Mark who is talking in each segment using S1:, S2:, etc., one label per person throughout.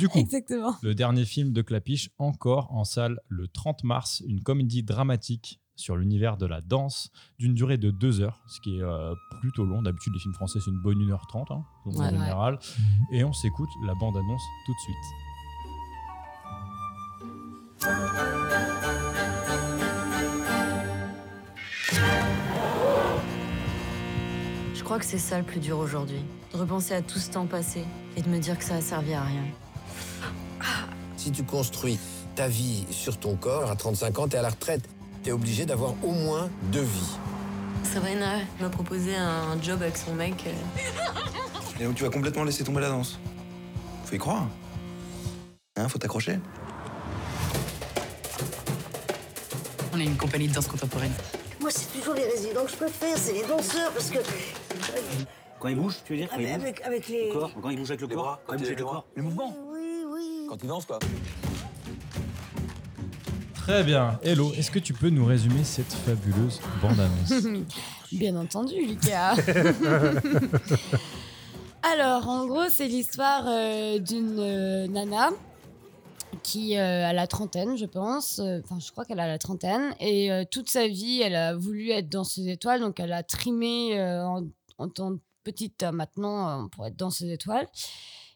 S1: Du coup,
S2: Exactement.
S1: le dernier film de Clapiche, encore en salle le 30 mars, une comédie dramatique sur l'univers de la danse d'une durée de 2 heures, ce qui est euh, plutôt long. D'habitude, les films français, c'est une bonne 1h30 hein, donc en
S3: Ouais.
S1: général. Et on s'écoute la bande-annonce tout de suite.
S4: Je crois que c'est ça le plus dur aujourd'hui. De repenser à tout ce temps passé et de me dire que ça a servi à rien.
S5: Si tu construis ta vie sur ton corps, à 35 ans, t'es à la retraite. T'es obligé d'avoir au moins deux vies.
S4: Sabrina m'a proposé un job avec son mec.
S6: Et donc tu vas complètement laisser tomber la danse. Faut y croire. Hein, faut t'accrocher.
S7: On est une compagnie de danse contemporaine.
S8: Moi, c'est toujours les résidents que je préfère, c'est les danseurs, parce que.
S9: Quand il bouge, tu veux dire quand
S8: Mais
S9: il bouge
S8: avec, avec les.
S9: le corps, quand il bouge avec le
S5: Les
S9: corps,
S5: bras,
S9: quand il bouge avec le corps, le mouvement.
S8: Oui, oui.
S5: Quand tu danses, quoi.
S1: Très bien. Hello, est-ce que tu peux nous résumer cette fabuleuse bande-annonce
S2: Bien entendu, Lucas. Alors, en gros, c'est l'histoire euh, d'une euh, nana qui euh, a la trentaine, je pense. Euh, Enfin, je crois qu'elle a la trentaine. Et euh, toute sa vie, elle a voulu être danseuse étoile. Donc, elle a trimé euh, en, en tant que petite euh, maintenant euh, pour être danseuse étoile.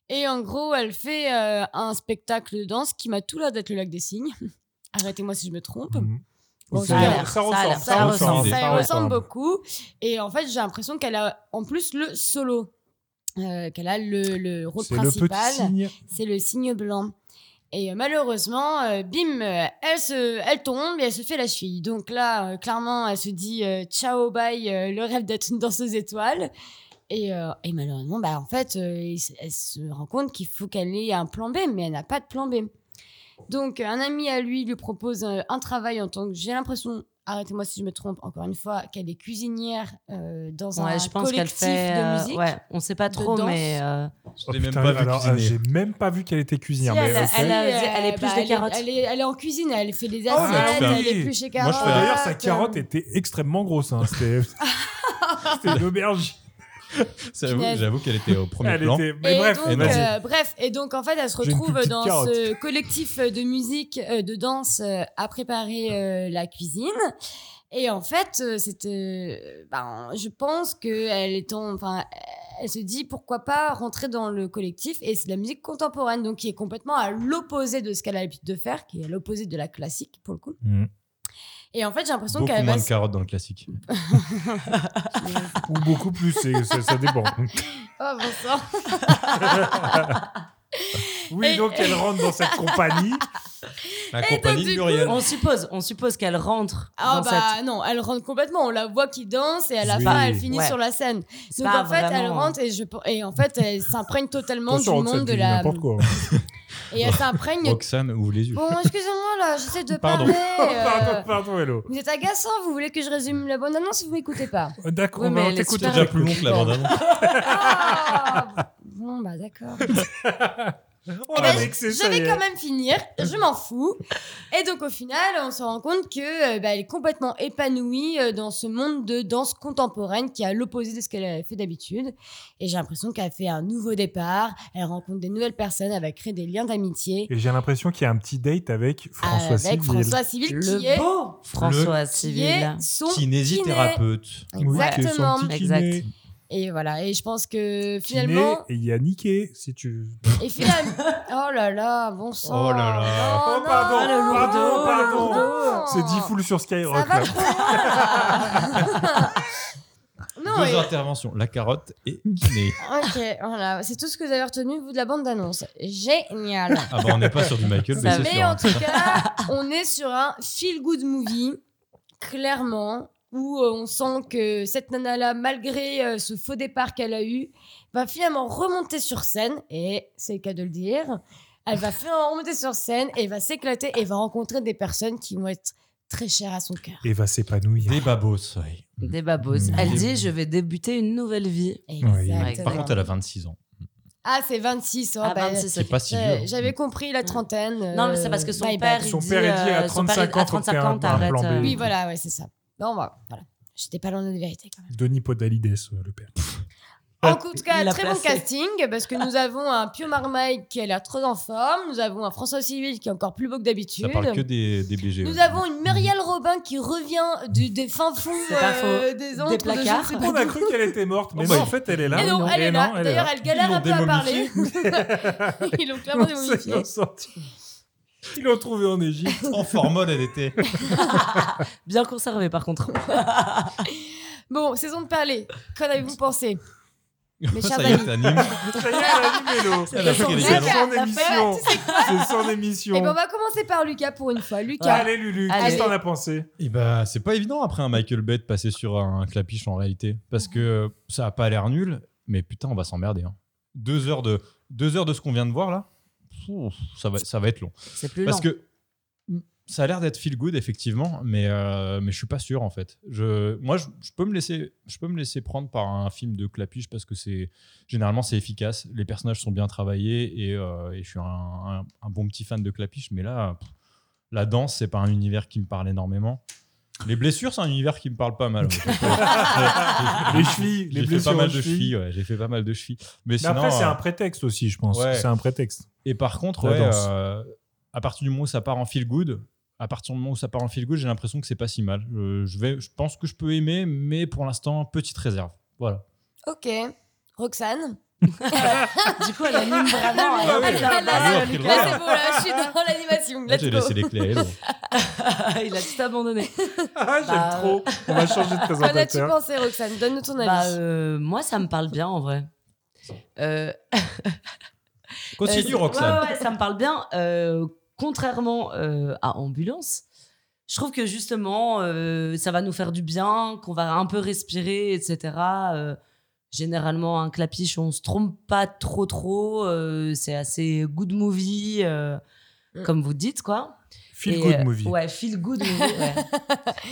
S2: Et en gros, elle fait euh, un spectacle de danse qui m'a tout l'air d'être le lac des signes. Arrêtez-moi si je me trompe. Bon, ça
S10: Ça
S2: a
S10: ressemble,
S2: l'air,
S10: ça
S3: a l'air,
S10: ressemble, ça ressemble.
S2: Ça
S10: ça
S2: y ressemble beaucoup. Et en fait, j'ai l'impression qu'elle a en plus le solo. Euh, qu'elle a le, le rôle
S10: C'est le petit
S2: principal.
S10: signe.
S2: C'est le signe blanc. Et euh, malheureusement, euh, bim, euh, elle, se, elle tombe et elle se fait la cheville. Donc là, euh, clairement, elle se dit euh, ciao, bye, euh, le rêve d'être une danseuse étoile. Et, euh, et malheureusement, bah, en fait, euh, il s- elle se rend compte qu'il faut qu'elle ait un plan B, mais elle n'a pas de plan B. Donc, un ami à lui lui propose euh, un travail en tant que, j'ai l'impression, arrêtez-moi si je me trompe, encore une fois, qu'elle est cuisinière euh, dans un
S3: Ouais, je pense qu'elle
S2: collectif
S3: fait.
S2: de
S3: euh,
S2: musique.
S3: ouais, on sait pas
S2: de
S3: trop,
S2: danse.
S3: mais euh,
S1: Je l'ai même
S10: Putain,
S1: pas vu
S10: alors, euh,
S1: cuisiner.
S10: j'ai même pas vu qu'elle était cuisinière.
S2: Si,
S10: mais,
S2: elle,
S10: ok.
S2: elle,
S3: elle
S2: euh,
S3: elle est plus de
S2: est-
S3: carottes.
S2: Elle est, elle est en cuisine, elle fait des
S10: Oh,
S2: assiettes,
S1: mais
S2: elle
S10: oui.
S2: est plus chez
S1: Moi, je
S2: carottes.
S1: fais
S10: Ah, D'ailleurs, sa
S2: euh,
S10: carotte était extrêmement grosse. hein, C'était c'était une auberge.
S1: Oh, J'avoue
S2: punaise.
S1: j'avoue qu'elle était au premier
S10: Elle
S1: plan.
S10: était.
S2: Et
S10: Mais bref,
S2: donc,
S10: vas-y.
S2: euh, bref, et donc en fait, elle se
S10: J'ai une plus
S2: retrouve
S10: petite
S2: dans
S10: carotte.
S2: ce collectif de musique, euh, de danse, euh, à préparer euh, la cuisine. Et en fait, euh, c'est, euh, ben, je pense qu'elle est en, enfin, elle se dit pourquoi pas rentrer dans le collectif et c'est de la musique contemporaine, donc qui est complètement à l'opposé de ce qu'elle a l'habitude de faire, qui est à l'opposé de la classique pour le coup.
S10: Mm.
S1: Mhm.
S2: Et en fait, j'ai l'impression
S1: Beaucoup
S2: qu'elle
S1: moins
S2: va
S1: de carottes dans le classique.
S10: Ou beaucoup plus, c'est- ça ça dépend.
S2: Oh, bon sang.
S10: Oui,
S2: Et-
S10: donc elle rentre dans cette compagnie.
S1: La
S2: Et donc,
S1: compagnie
S2: du
S1: de
S2: coup-
S1: Muriel.
S3: euh, on suppose, on suppose qu'elle rentre
S2: Ah
S3: dans
S2: bah
S3: cette.
S2: non, elle rentre complètement. On la voit qui danse et à la
S10: Oui.
S2: fin, elle finit
S3: Ouais.
S2: sur la scène.
S3: C'est
S2: Donc
S3: pas
S2: en fait, elle
S3: vraiment-
S2: rentre et, je, et en fait, elle s'imprègne totalement du
S10: Attention, Roxane,
S2: monde de
S10: tu dis
S2: la.
S10: n'importe quoi.
S2: Et elle s'imprègne.
S1: Roxane, ouvre les yeux.
S2: bon, excusez-moi là, j'essaie de
S1: Pardon.
S2: parler.
S10: Oh,
S2: euh,
S10: pardon, pardon, hello.
S2: Vous êtes agaçant. Vous voulez que je résume la bonne annonce ou vous m'écoutez pas
S10: D'accord,
S3: Oui,
S10: on
S3: mais
S10: va-
S3: elle est
S10: t'écoute,
S1: C'est
S3: super-
S10: on
S1: déjà
S10: t'écoute.
S1: plus long que la bande-annonce.
S2: Ah, Bon bah d'accord.
S10: On a vexé,
S2: Eh ben, Je
S10: ça y
S2: vais
S10: est.
S2: quand même finir, je m'en fous. Et donc au final, on se rend compte que euh, bah, elle est complètement épanouie euh, dans ce monde de danse contemporaine qui est à l'opposé de ce qu'elle a fait d'habitude. Et j'ai l'impression qu'elle fait un nouveau départ, elle rencontre des nouvelles personnes, elle va créer des liens d'amitié
S10: Et j'ai l'impression qu'il y a un petit date avec François
S2: avec
S10: Civil.
S2: François Civil qui
S3: Le
S2: est,
S3: beau François
S2: qui est
S3: Civil.
S2: son kiné.
S1: Kinésithérapeute.
S10: Oui, qui est son
S2: Exactement.
S10: petit kiné.
S3: Exact.
S2: Et Et voilà. Et je pense que
S10: Kiné
S2: finalement.
S10: et Yannické, si tu.
S2: Et finalement. oh là là, bon sang.
S10: Oh là là.
S2: Oh,
S10: Oh, pardon,
S2: non, le
S10: pardon,
S2: lourdeau,
S10: pardon.
S2: non.
S10: C'est 10 foules sur Skyrock.
S2: Ça va
S10: là.
S2: Non,
S1: Deux
S2: et-
S1: interventions, la carotte et Guinée.
S2: Ok, voilà. C'est tout ce que vous avez retenu vous de la bande d'annonce. Génial.
S1: Ah bah on n'est pas sur du Michael, mais
S2: Ça-
S1: c'est sûr. hein.
S2: en tout cas, on est sur un feel good movie, clairement, où euh, on sent que cette nana-là, malgré euh, ce faux départ qu'elle a eu, va finalement remonter sur scène, et c'est le cas de le dire. Elle va finalement remonter sur scène et va s'éclater et va rencontrer des personnes qui vont être très chères à son cœur.
S10: Et va s'épanouir.
S1: Des babos, oui.
S3: Des babos.
S1: Mm.
S3: Elle
S1: Des-
S3: dit Je vais débuter une nouvelle vie.
S2: Exactement.
S1: Par contre, elle a 26 ans.
S2: Ah, c'est 26.
S3: Ah, 26,
S1: C'est ok. pas si vieux.
S2: Euh,
S1: hein.
S2: J'avais compris la trentaine.
S3: Non, mais
S2: euh,
S3: c'est parce que son
S2: bye
S3: père,
S2: bye.
S3: il Son dit, père, il dit, à euh, son père, 35 à 35 ans, faut faire un plan t'arrêtes, B. euh.
S2: Oui, voilà, ouais, c'est ça. Non, bah, voilà. J'étais pas loin de la vérité quand même.
S10: Denis Podalides, euh, le père.
S2: En tout cas,
S3: Euh, Il l'a
S2: très bon
S3: placé.
S2: casting parce que nous avons un Pio Marmaille qui a l'air trop en forme. Nous avons un François Civil qui est encore plus beau que d'habitude.
S1: Ça parle que des, des BG.
S2: Nous avons une Muriel Robin qui revient du, des fins fonds
S3: C'est pas
S2: euh,
S3: faux.
S2: des
S3: Des
S2: antres de je ne sais
S3: placards.
S2: pas
S10: On a cru qu'elle était morte, mais
S1: Oh, bah,
S10: non, en fait, elle est là.
S2: Et non, elle est là. D'ailleurs, elle galère un peu à parler. Ils l'ont clairement
S10: C'est
S2: démomifiée.
S10: Ils l'ont trouvée en Égypte.
S1: En formol, elle était.
S3: Bien conservé, par contre.
S2: Bon, saison de parler. Qu'en avez-vous pensé Mes chers
S1: Ça y est,
S2: amis.
S1: t'animes.
S10: Ça y est, elle a allumé l'eau.
S1: Elle a fait qu'elle
S10: C'est
S1: était
S10: son
S2: là.
S10: émission.
S2: Tu sais
S10: C'est son
S2: Et
S10: émission.
S2: ben, on va commencer par Lucas pour une fois. Lucas.
S10: Allez, Lulu, qu'est-ce
S2: Allez.
S10: que t'en as pensé
S1: Et bah, c'est pas évident après un Michael Bay de passer sur un clapiche en réalité. Parce que euh, ça a pas l'air nul, mais putain, on va s'emmerder. hein. Deux, heures de, deux heures de ce qu'on vient de voir là, Ouf, ça va, ça va être long.
S3: C'est plus
S1: Parce
S3: long.
S1: que ça a l'air d'être feel good effectivement, mais euh, mais je suis pas sûr en fait. Je moi je, je peux me laisser je peux me laisser prendre par un film de clapiche parce que c'est généralement c'est efficace, les personnages sont bien travaillés et, euh, et je suis un, un- un bon petit fan de clapiche, mais là pff, la danse c'est pas un univers qui me parle énormément. Les blessures, c'est un univers qui me parle pas mal.
S10: Les chevilles,
S1: Ah, J'ai
S10: les
S1: fait
S10: blessures
S1: pas mal
S10: aux
S1: de
S10: chevilles.
S1: chevilles. ouais, J'ai fait pas mal de chevilles. Mais,
S10: Mais après,
S1: sinon,
S10: c'est
S1: euh,
S10: un prétexte aussi, je pense.
S1: ouais.
S10: C'est un prétexte.
S1: et par contre,
S10: La
S1: ouais,
S10: danse.
S1: euh, à partir du moment où ça part en feel good, à partir du moment où ça part en feel good, j'ai l'impression que c'est pas si mal. Euh, je, vais, je pense que je peux aimer, mais pour l'instant, petite réserve. Voilà.
S2: Ok. Roxane.
S3: Du coup, elle anime vraiment.
S2: Ah
S3: elle-
S2: oui.
S3: elle-
S2: Là,
S3: elle-
S2: là,
S1: Ah oui,
S2: là,
S1: on a pris le
S2: là,
S1: droit.
S2: c'est bon, là, je suis dans l'animation.
S1: Là,
S2: Let's
S1: j'ai
S2: go.
S1: laissé les clés à Hello.
S3: Il a tout abandonné.
S10: Ah, j'aime
S3: Bah,
S10: trop. On va changer de
S2: Qu'en as-tu
S10: présentateur.
S2: pensé, Roxane Donne-nous ton avis.
S3: Bah, euh, moi, ça me parle bien en vrai. Euh,
S1: Continue,
S3: Euh,
S1: Roxane.
S3: ouais, ouais, ouais, ça me parle bien. Euh, contrairement euh, à Ambulance, je trouve que justement, euh, ça va nous faire du bien, qu'on va un peu respirer, etc. Euh, généralement, un clapiche, on se trompe pas trop, trop. Euh, c'est assez good movie, euh,
S2: Mm.
S3: comme vous dites, quoi.
S10: Feel
S3: Et,
S10: good
S3: euh,
S10: movie.
S3: Ouais, feel good movie. ouais.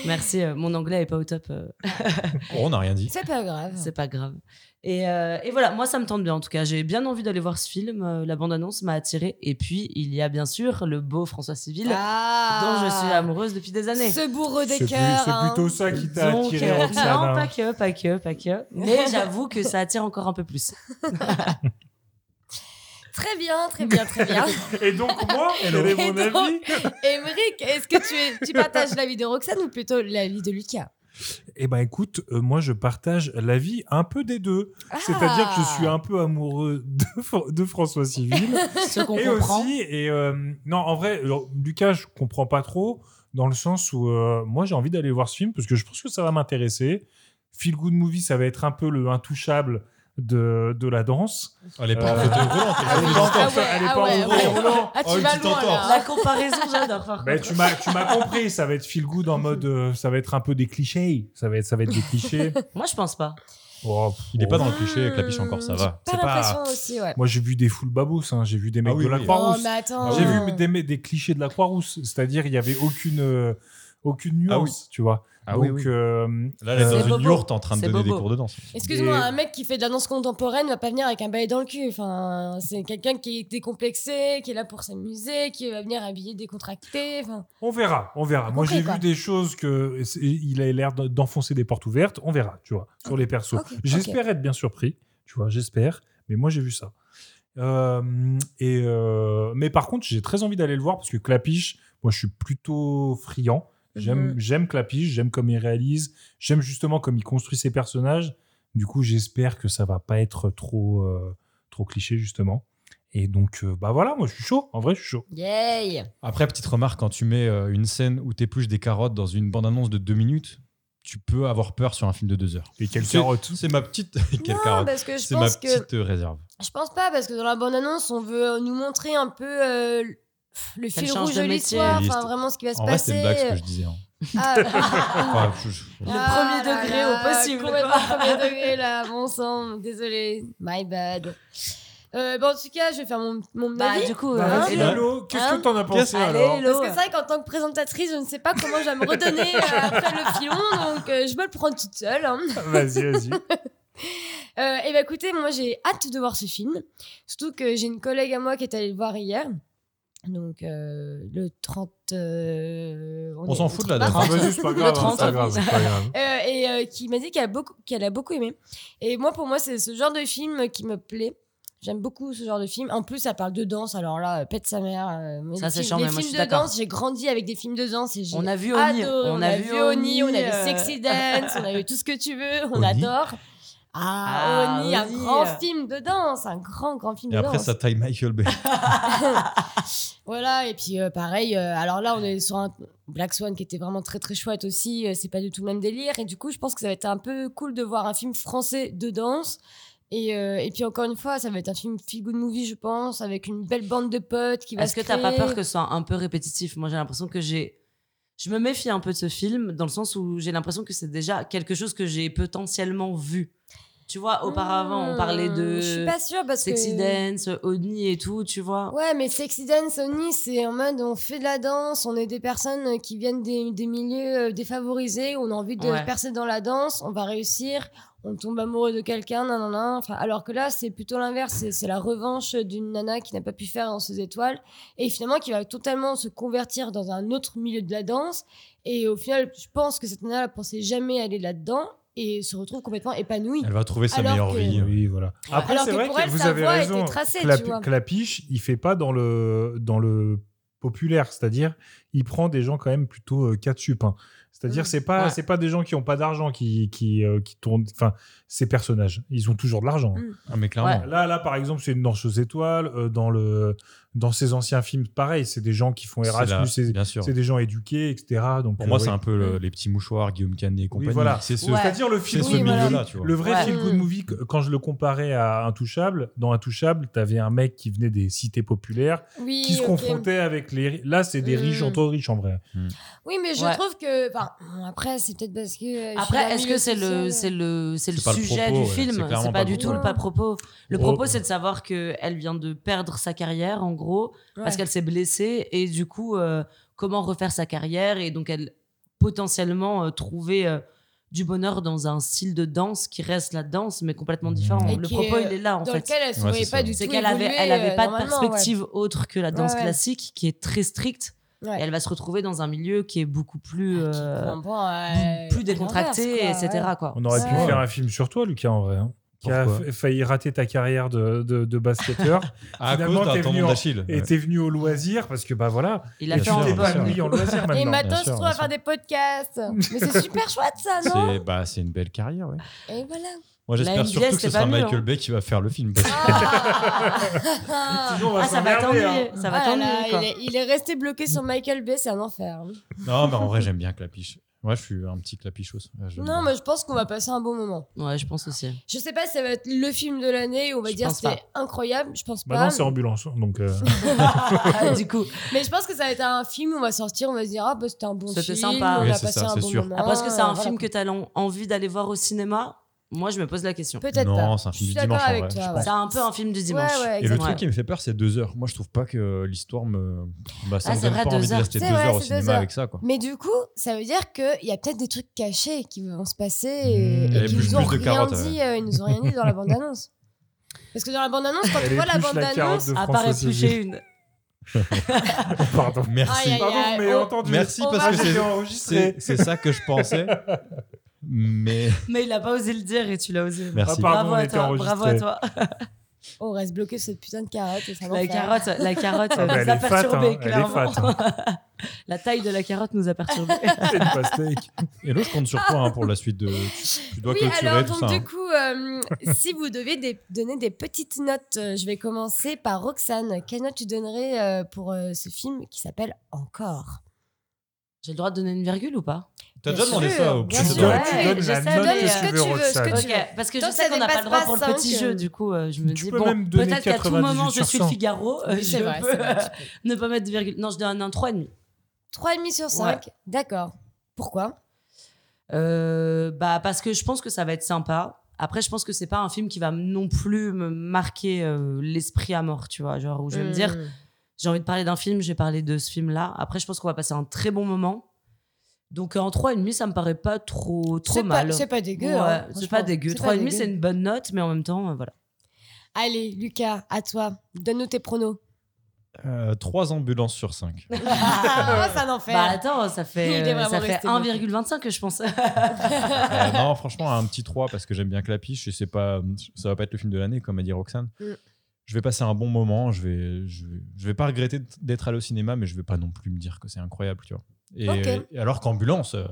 S3: Merci, euh, mon anglais est pas au top. euh,
S1: Oh, on n'a rien dit.
S2: C'est pas grave.
S3: c'est pas grave. Et, euh, et voilà, moi ça me tente bien en tout cas. J'ai bien envie d'aller voir ce film. Euh, La bande-annonce m'a attirée. Et puis il y a bien sûr le beau François Civil dont je suis amoureuse depuis des années.
S2: Ah. Ce bourreau des
S10: C'est plus-
S2: cœurs.
S10: c'est
S2: hein.
S10: plutôt ça qui t'a
S3: Donc,
S10: attiré,
S3: euh,
S10: Roxane.
S3: non, pas
S10: hein.
S3: que, pas que, pas que. Mais j'avoue que ça attire encore un peu plus.
S2: Très bien, très bien, très bien.
S10: Et donc, moi, elle
S2: Et
S10: est mon
S2: donc-
S10: avis.
S2: Émeric, est-ce que tu, es- tu partages l'avis de Roxane ou plutôt l'avis de Lucas
S10: Eh ben écoute, euh, moi je partage l'avis un peu des deux.
S2: Ah.
S10: C'est-à-dire que je suis un peu amoureux de, Fr- de François Civil.
S3: Ce qu'on
S10: et
S3: comprend.
S10: aussi, et euh, non, en vrai, alors, Lucas, je comprends pas trop, dans le sens où euh, moi j'ai envie d'aller voir ce film parce que je pense que ça va m'intéresser. Feel Good Movie, ça va être un peu le intouchable de, de la danse.
S1: Elle est pas
S10: Euh,
S1: en fauteuil roulant, t'es
S2: Ah
S1: pas obligé.
S10: Elle est pas en fauteuil-
S2: ouais,
S10: elle est
S2: ah
S10: pas en
S2: ouais,
S10: fauteuil
S2: ouais.
S10: roulant.
S2: Ah, tu
S1: Oh, une
S2: vas
S1: petite
S2: loin
S1: entorse.
S3: La
S2: là.
S3: comparaison, j'adore. par
S10: Ben,
S3: contre.
S10: tu m'as tu m'as compris, ça va être feel good en mode euh, ça va être un peu des clichés, ça va être ça va être des clichés.
S3: Moi je pense pas.
S10: Oh, pff,
S1: Il est pas
S10: oh.
S1: dans le cliché avec la piche encore, ça va.
S2: Pas
S1: C'est
S2: l'impression
S1: pas.
S2: aussi, ouais.
S10: Moi j'ai vu des full babos, hein, j'ai vu des mecs
S1: Ah oui,
S10: de la
S1: oui.
S10: Croix-Rousse.
S2: Oh, mais attends.
S1: Ah
S10: J'ai vu des, mé- des clichés de la Croix-Rousse, c'est-à-dire il n'y avait aucune, euh, aucune nuance,
S1: Ah oui.
S10: tu vois.
S1: Ah
S10: Donc,
S1: oui, oui.
S10: euh,
S1: Là, elle est
S3: C'est
S1: dans une
S3: bobo.
S1: yourte en train de
S3: C'est
S1: donner des
S3: bobo.
S1: cours de danse.
S2: Excuse-moi,
S10: Et-
S2: un mec qui fait de la danse contemporaine va pas venir avec un balai dans le cul. Enfin, c'est quelqu'un qui est décomplexé, qui est là pour s'amuser, qui va venir habillé décontracté. Enfin,
S10: on verra, on verra. Moi,
S2: Compris,
S10: j'ai
S2: quoi.
S10: vu des choses que c'est- il a l'air d'en- d'enfoncer des portes ouvertes. On verra, tu vois, sur les persos.
S2: ok,
S10: J'espère être bien surpris, tu vois, j'espère. Mais moi, j'ai vu ça. Euh, et euh, mais par contre, j'ai très envie d'aller le voir parce que Clapiche, moi, je suis
S2: Mhm.
S10: plutôt friand. J'aime, j'aime Clapiche, j'aime comme il réalise, j'aime justement comme il construit ses personnages. Du coup, j'espère que ça va pas être trop, euh, trop cliché, justement. Et donc, euh, bah voilà, moi je suis chaud. En vrai, je suis chaud.
S2: Yay
S1: Après, petite remarque, quand tu mets euh, une scène où t'épluches des carottes dans une bande-annonce de deux minutes, tu peux avoir peur sur un film de deux heures.
S10: Et quelle
S1: C'est-
S10: carotte
S1: C'est ma petite. Et quelle
S2: Non,
S1: carotte
S2: parce que je
S1: C'est ma
S2: pense que-
S1: petite euh, réserve.
S2: Je pense pas, parce que dans la bande-annonce, on veut nous montrer un peu euh, le
S3: Qu'elle
S2: fil
S3: change
S2: rouge
S3: de
S2: de
S3: métier.
S2: l'histoire,
S1: Oui,
S2: enfin
S1: c'était-
S2: vraiment ce qui va se euh,
S1: en vrai,
S2: passer.
S1: c'était une blague ce que je disais. hein.
S2: Ah.
S1: Enfin, je- je-
S2: Le
S3: premier degré au possible, quoi.
S2: premier degré, là, bon sang, désolé, my bad. Euh, bon, en tout cas, je vais faire mon, mon
S3: Bah,
S2: avis.
S3: du coup,
S10: Bah,
S3: euh,
S10: vas-y,
S3: hein
S10: Lolo, qu'est-ce
S2: Hein
S10: que t'en as pensé
S3: Allez,
S10: alors
S3: Lolo.
S2: Parce que c'est vrai qu'en tant que présentatrice, je ne sais pas comment je vais me redonner euh, après le filon, donc euh, je vais le prendre toute seule. hein.
S10: Vas-y, vas-y.
S2: Euh, et bah écoutez, moi j'ai hâte de voir ce film. Surtout que j'ai une collègue à moi qui est allée le voir hier. Donc euh, le 30. euh,
S1: On
S2: est
S1: s'en
S2: au
S1: fout de la
S2: 30
S1: date.
S10: Ah, vas-y, c'est pas grave, hein, c'est
S3: 30.
S10: pas grave, c'est pas grave.
S2: Euh, et euh, qui m'a dit qu'elle a, beaucoup- qu'elle a beaucoup aimé. Et moi, pour moi, c'est ce genre de film qui me plaît. J'aime beaucoup ce genre de film. En plus, ça parle de danse. Alors là, euh, pète sa mère. euh, moi,
S3: Ça,
S2: les
S3: c'est
S2: films-
S3: chiant, mais
S2: les
S3: moi, je
S2: films
S3: suis
S2: de
S3: d'accord.
S2: danse, j'ai grandi avec des films de danse. Et j'ai
S3: On a vu Oni.
S2: adoré.
S3: On a vu
S2: Oni, on a
S3: euh,
S2: vu Sexy Dance, on a vu tout ce que tu veux. On
S1: Oni.
S2: adore. Ah,
S3: Ah,
S2: Oni, un
S3: Oni.
S2: grand film de danse. Un grand, grand film
S1: Et
S2: de
S1: après,
S2: danse.
S1: ça taille Michael Bay.
S2: Voilà, et puis euh, pareil, euh, alors là, on est sur un Black Swan qui était vraiment très très chouette aussi, euh, c'est pas du tout le même délire, et du coup, je pense que ça va être un peu cool de voir un film français de danse. Et, euh, et puis encore une fois, ça va être un film feel good movie, je pense, avec une belle bande de potes qui va
S3: Est-ce
S2: se
S3: que t'as pas
S2: créer.
S3: peur que ce soit un peu répétitif Moi, j'ai l'impression que j'ai. Je me méfie un peu de ce film, dans le sens où j'ai l'impression que c'est déjà quelque chose que j'ai potentiellement vu. Tu vois, auparavant, on parlait de.
S2: Hmm, Je suis pas sûre parce
S3: Sexy
S2: que.
S3: Dance, Oni et tout, tu vois.
S2: Ouais, mais Sexy Dance, Oni, c'est en mode on fait de la danse, on est des personnes euh, qui viennent des, des milieux euh, défavorisés, on a envie de
S3: Ouais.
S2: percer dans la danse, on va réussir, on tombe amoureux de quelqu'un, nan nan nan. Enfin, alors que là, c'est plutôt l'inverse, c'est- c'est la revanche d'une nana qui n'a pas pu faire dans ses étoiles et finalement qui va totalement se convertir dans un autre milieu de la danse. Et au final, je pense que cette nana ne pensait jamais aller là-dedans et se retrouve complètement épanouie.
S1: Elle va trouver sa
S2: Alors
S1: meilleure
S2: que-
S1: vie.
S10: Oui, voilà. Après,
S2: Alors
S10: c'est
S2: que
S10: vrai
S2: pour
S10: que
S2: elle,
S10: vous
S2: sa
S10: avez
S2: voie
S10: raison.
S2: était tracée,
S10: Clap-
S2: tu vois.
S10: Clapiche, il fait pas dans le, dans le populaire, c'est-à-dire il prend des gens quand même plutôt euh, 4 sup. hein. C'est-à-dire
S3: Mm.
S10: c'est pas
S3: Ouais.
S10: c'est pas des gens qui ont pas d'argent qui qui, euh, qui tournent enfin ces personnages, ils ont toujours de l'argent. hein.
S1: Ah, mais clairement.
S2: Mmh.
S10: Là là par exemple, c'est une danse aux étoiles euh, dans le dans ses anciens films pareil, c'est des gens qui font
S1: c'est
S10: Erasmus,
S1: la-
S10: c'est
S1: Bien sûr.
S10: c'est des gens éduqués, etc. Donc
S1: Pour
S10: euh,
S1: moi,
S10: oui.
S1: c'est un peu le-
S2: Mm.
S1: les petits mouchoirs, Guillaume Canet et compagnie.
S10: voilà.
S1: C'est ce,
S3: Ouais.
S10: C'est-à-dire le
S1: c'est
S10: film
S1: ce
S2: Oui, voilà.
S1: milieu-là, tu vois.
S10: le vrai
S3: Ouais.
S10: feel good
S2: Mm.
S10: movie, que- quand je le comparais à Intouchable, dans Intouchable, t'avais un mec qui venait des cités populaires,
S2: Oui,
S10: qui se
S2: ok.
S10: confrontait avec les. ri- Là, c'est des riches
S2: Mm.
S10: entre riches en vrai.
S2: Oui, mais je
S3: Ouais.
S2: trouve que. Enfin, bon, après, c'est peut-être parce que. euh, je suis dans
S3: Après, est-ce
S2: milieu
S3: que c'est le,
S2: social.
S3: c'est le, c'est le
S1: C'est pas le
S3: sujet
S1: propos,
S3: du
S1: ouais. C'est
S3: film
S1: clairement
S3: C'est pas,
S1: pas
S3: du
S1: le
S3: tout
S2: propos.
S3: le pas propos. Le
S10: Oh.
S3: propos, c'est de savoir que elle vient de perdre sa carrière, en gros, parce
S2: Ouais.
S3: qu'elle s'est blessée et du coup, euh, comment refaire sa carrière et donc elle potentiellement euh, trouver euh, du bonheur dans un style de danse qui reste la danse, mais complètement différent.
S2: Et
S3: le
S2: qui
S3: propos,
S2: est
S3: il est là en
S2: dans
S3: fait.
S2: lequel elle se
S1: Ouais,
S2: voyait
S1: c'est
S2: pas
S1: ça.
S2: du tout.
S3: C'est qu'elle avait,
S2: évoluer,
S3: elle avait
S2: euh,
S3: pas de
S2: normalement, ouais.
S3: perspective autre que la danse
S2: Ouais, ouais.
S3: classique qui est très stricte.
S2: Ouais.
S3: Et elle va se retrouver dans un milieu qui est beaucoup
S2: Ah, Qui
S3: plus,
S2: te
S3: euh,
S2: prend pour un-
S3: plus- plus
S2: un
S3: décontracté,
S2: inverse, quoi,
S3: etc.
S2: ouais.
S3: Quoi.
S10: On aurait pu
S2: Ouais.
S10: faire un film sur toi, Lucas, en vrai. hein. Qui a
S1: Pourquoi
S10: fa- failli rater ta carrière de, de, de basketteur
S1: À
S10: Finalement,
S1: cause d'un
S10: t'es venu
S1: tendon
S10: en-
S1: d'Achille.
S10: et t'es venu au loisir parce que bah voilà
S3: Il a
S10: et tu
S3: fait
S1: sûr,
S3: en
S10: t'es
S1: bien
S10: pas
S1: sûr.
S10: ennuyé en loisir
S2: Et
S10: maintenant
S2: maintenant,
S1: bien
S2: je
S1: sûr,
S2: trouve
S1: bien
S2: à faire des podcasts. Mais c'est super chouette, ça, Ah, non Bah,
S1: C'est bah, c'est une belle carrière, ouais.
S2: Et voilà.
S1: Moi,
S3: La
S1: j'espère
S3: NBA,
S1: surtout que ce
S3: c'était
S1: sera
S3: pas mieux,
S1: Michael
S3: hein.
S1: Bay qui va faire le film. parce que-
S2: Ah,
S10: Sinon, on
S3: Ah, ça va
S10: s'emmerder,
S3: t'ennuyer,
S10: hein.
S3: ça va
S2: Ah là
S3: t'ennuyer,
S2: là,
S3: quoi.
S2: il, est, il est resté bloqué sur Michael Bay, c'est un enfer. hein.
S1: non, mais en vrai, j'aime bien Clapiche. Moi, je suis un petit clapichos. Ouais, j'aime
S2: Non,
S1: bien.
S2: mais je pense qu'on va passer un bon moment.
S3: Ouais, je pense aussi.
S2: Je sais pas si ça va être le film de l'année, on va
S3: Je
S2: dire
S3: pense
S2: c'est incroyable, je
S1: Bah
S2: pense
S10: maintenant
S2: pas.
S10: c'est ambulance donc euh,
S2: Ah,
S3: du coup,
S2: Mais je pense que ça va être un film où on va sortir, on va se dire ah bah c'était un bon film,
S3: C'était sympa.
S2: on
S1: Oui,
S2: a
S1: c'est
S2: passé
S1: ça,
S2: un
S1: c'est
S2: bon
S1: sûr.
S2: moment.
S3: après, est-ce que c'est un
S2: Ah, voilà.
S3: film que t'as l'en- envie d'aller voir au cinéma Moi, je me pose la question.
S2: Peut-être
S1: Non,
S2: pas.
S1: c'est un
S2: Je
S1: film
S2: suis
S1: du
S2: d'accord
S1: dimanche, en
S2: avec
S1: vrai, je
S2: toi.
S1: pense.
S3: C'est un peu un film du dimanche.
S2: Ah Ouais, ouais,
S1: Et le
S2: exactement.
S1: truc qui me fait peur, c'est deux heures. Moi, je trouve pas que l'histoire me. Bah, ça
S3: Ah,
S1: me
S3: c'est
S1: donne
S3: vrai,
S1: pas
S3: deux
S1: envie de
S3: heures.
S1: rester
S2: C'est
S1: deux
S2: vrai,
S1: heures
S2: c'est
S1: au
S2: deux
S1: cinéma
S2: heures.
S1: avec ça, quoi.
S2: Mais du coup, ça veut dire qu'il y a peut-être des trucs cachés qui vont se passer et,
S1: Mmh.
S2: et
S1: Et
S2: qu'ils
S1: plus-
S2: nous ont
S1: plus de
S2: rien
S1: carottes,
S2: dit. euh, ils nous ont rien dit dans la bande annonce. Parce que dans la bande annonce, quand tu
S10: elle
S2: vois la
S10: épluche
S2: bande
S10: la
S2: annonce,
S10: carotte de
S3: À part
S10: François Civil.
S3: éplucher une.
S10: pardon
S1: Merci.
S2: Aïe, aïe,
S10: pardon
S2: aïe,
S10: mais
S2: on-
S10: entendu
S1: Merci
S2: On
S1: parce
S2: va-
S1: que
S10: j'ai
S1: c'est-
S10: enregistré
S1: c'est c'est ça que je pensais. Mais
S3: Mais il a pas osé le dire et tu l'as osé.
S1: merci.
S10: Pardon,
S3: Bravo
S10: on
S3: à
S10: était
S3: toi. Bravo à
S10: enregistré.
S3: toi.
S2: Oh, on reste bloqué sur cette putain de carotte. ça va
S3: La
S2: faire.
S3: carotte, la carotte
S10: Ah bah,
S3: nous
S10: elle
S3: a
S10: est fat,
S3: perturbés,
S10: hein, elle est
S3: clairement.
S10: fat, hein.
S3: la taille de la carotte nous a perturbés.
S10: C'est une pastèque.
S1: Et là, je compte sur toi hein, pour la suite de. Tu, tu dois
S2: Oui,
S1: clôturer
S2: alors
S1: tout
S2: donc
S1: ça. hein.
S2: du coup, euh, si vous devez des- donner des petites notes, euh, je vais commencer par Roxane. Quelle note tu donnerais euh, pour euh, ce film qui s'appelle Encore
S3: J'ai le droit de donner une virgule ou pas
S1: T'as
S2: Bien
S1: déjà demandé
S2: sûr,
S1: ça au
S2: bien
S1: petit
S2: sûr.
S1: doigt.
S2: Ouais,
S10: tu donnes
S2: je
S10: la
S2: sais,
S10: note
S2: donne
S10: que
S2: ce
S10: tu
S2: que
S10: veux,
S2: tu veux, ce que
S10: Roxane.
S2: tu veux.
S3: Ok, parce que
S2: Tant
S3: je sais
S2: ça
S3: qu'on n'a pas
S2: dépasse
S3: le droit
S2: pas
S3: pour le
S2: cinq,
S3: petit
S2: euh,
S3: jeu, du coup, euh, je me
S10: Tu
S3: dis,
S10: peux
S3: bon,
S10: même donner
S3: peut-être qu'à tout
S10: 98
S3: moment, je
S10: sur
S3: suis le
S10: 100.
S3: Figaro, euh,
S2: Oui,
S3: je
S2: c'est vrai,
S3: peux
S2: c'est vrai,
S3: ne pas mettre de virgule. Non, je donne un 3,5.
S2: 3,5 sur 5. D'accord. Pourquoi
S3: Euh, bah, parce que je pense que ça va être sympa. Après, je pense que c'est pas un film qui va non plus me marquer euh, l'esprit à mort, tu vois. Genre, où je vais me
S2: Mm.
S3: dire, j'ai envie de parler d'un film, j'ai parlé de ce film-là. Après, je pense qu'on va passer un très bon moment. Donc, euh, en 3,5, ça me paraît pas trop, trop
S2: C'est pas-
S3: mal.
S2: c'est pas dégueu,
S3: Ouais,
S2: hein,
S3: c'est
S2: franchement.
S3: pas dégueu.
S2: C'est pas
S3: 3,5,
S2: dégueu.
S3: c'est une bonne note, mais en même temps, euh, voilà.
S2: Allez, Lucas, à toi. Donne-nous tes pronos.
S1: Euh, Trois ambulances sur cinq.
S2: Ah, c'est un enfer.
S3: Bah, attends, ça fait,
S2: Il est
S3: euh, ça
S2: vraiment
S3: fait
S2: resté bloqué.
S3: 1,25 que je pense.
S1: Euh, non, franchement, un petit 3 parce que j'aime bien Clapiche et c'est pas, ça va pas être le film de l'année, comme a dit Roxane.
S2: Mm.
S1: Je vais passer un bon moment, je vais, je vais, je vais pas regretter d'être allé au cinéma, mais je vais pas non plus me dire que c'est incroyable, tu vois. Et,
S2: Ok.
S1: et alors qu'ambulance, euh,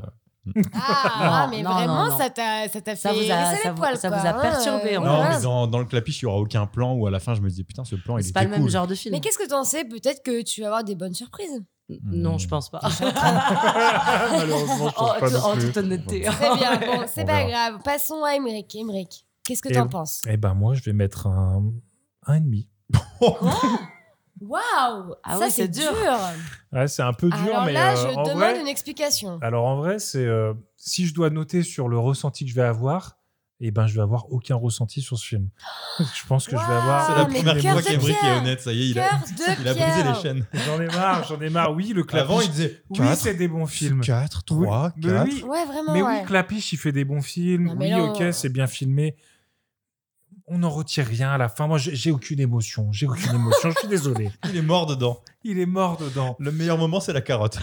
S2: Ah,
S3: Bah, Non,
S2: mais
S3: non,
S2: vraiment,
S3: non, non.
S2: ça t'a ça t'a fait.
S3: Ça vous a-
S2: laisser les
S3: ça vous-
S2: poils,
S3: ça vous
S2: quoi,
S3: a
S2: hein,
S3: perturbé,
S2: euh,
S3: en
S1: non,
S2: voilà.
S1: mais dans, dans le Clapiche, il y aura aucun plan où à la fin je me disais putain, ce plan il
S3: C'est
S1: était
S3: pas le même
S1: cool.
S3: genre de film.
S2: Mais qu'est-ce que t'en sais Peut-être que tu vas avoir des bonnes surprises.
S3: Non, je pense pas.
S10: Malheureusement, je pense
S2: Oh,
S3: En-
S10: pas non
S3: en
S10: plus.
S3: toute honnêteté.
S2: Très bien, bon, c'est
S1: On
S2: pas
S1: verra.
S2: grave. Passons à Emmerich. Emmerich, qu'est-ce que
S10: Et-
S2: t'en penses
S10: Eh ben, moi, je vais mettre un. Un et demi.
S2: Waouh Ça,
S3: Ah oui,
S2: c'est
S3: c'est
S2: dur.
S3: dur.
S10: Ouais, c'est un peu dur,
S2: Alors
S10: mais
S2: là,
S10: euh,
S2: je
S10: en
S2: demande
S10: vrai-
S2: une explication.
S10: Alors en vrai, c'est euh, si je dois noter sur le ressenti que je vais avoir, eh ben je vais avoir aucun ressenti sur ce film. je pense que je vais
S1: C'est
S10: avoir.
S1: la
S2: Ah, mais
S1: première
S2: cœur
S1: fois
S2: de
S1: qu'Emeric est
S2: pierre.
S1: honnête, ça y est, il
S2: Cœur
S1: a,
S2: de
S1: il a brisé
S2: pierre.
S1: les chaînes.
S10: J'en ai marre, j'en ai marre. Oui, le clapiche.
S1: Avant, il disait
S10: Oui,
S1: quatre,
S10: c'est des bons films.
S1: 4,
S10: Oui,
S1: 3,
S10: mais
S1: 4.
S10: oui,
S2: Ouais, vraiment,
S10: mais
S2: ouais.
S10: oui, Clapiche, il fait des bons films.
S2: Non, mais
S10: Oui,
S2: là, on-
S10: ok, c'est bien filmé. On n'en retire rien à la fin. Moi, j'ai j'ai aucune émotion. J'ai aucune émotion. je suis désolé.
S1: Il est mort dedans.
S10: Il est mort dedans.
S1: Le meilleur moment, c'est la carotte.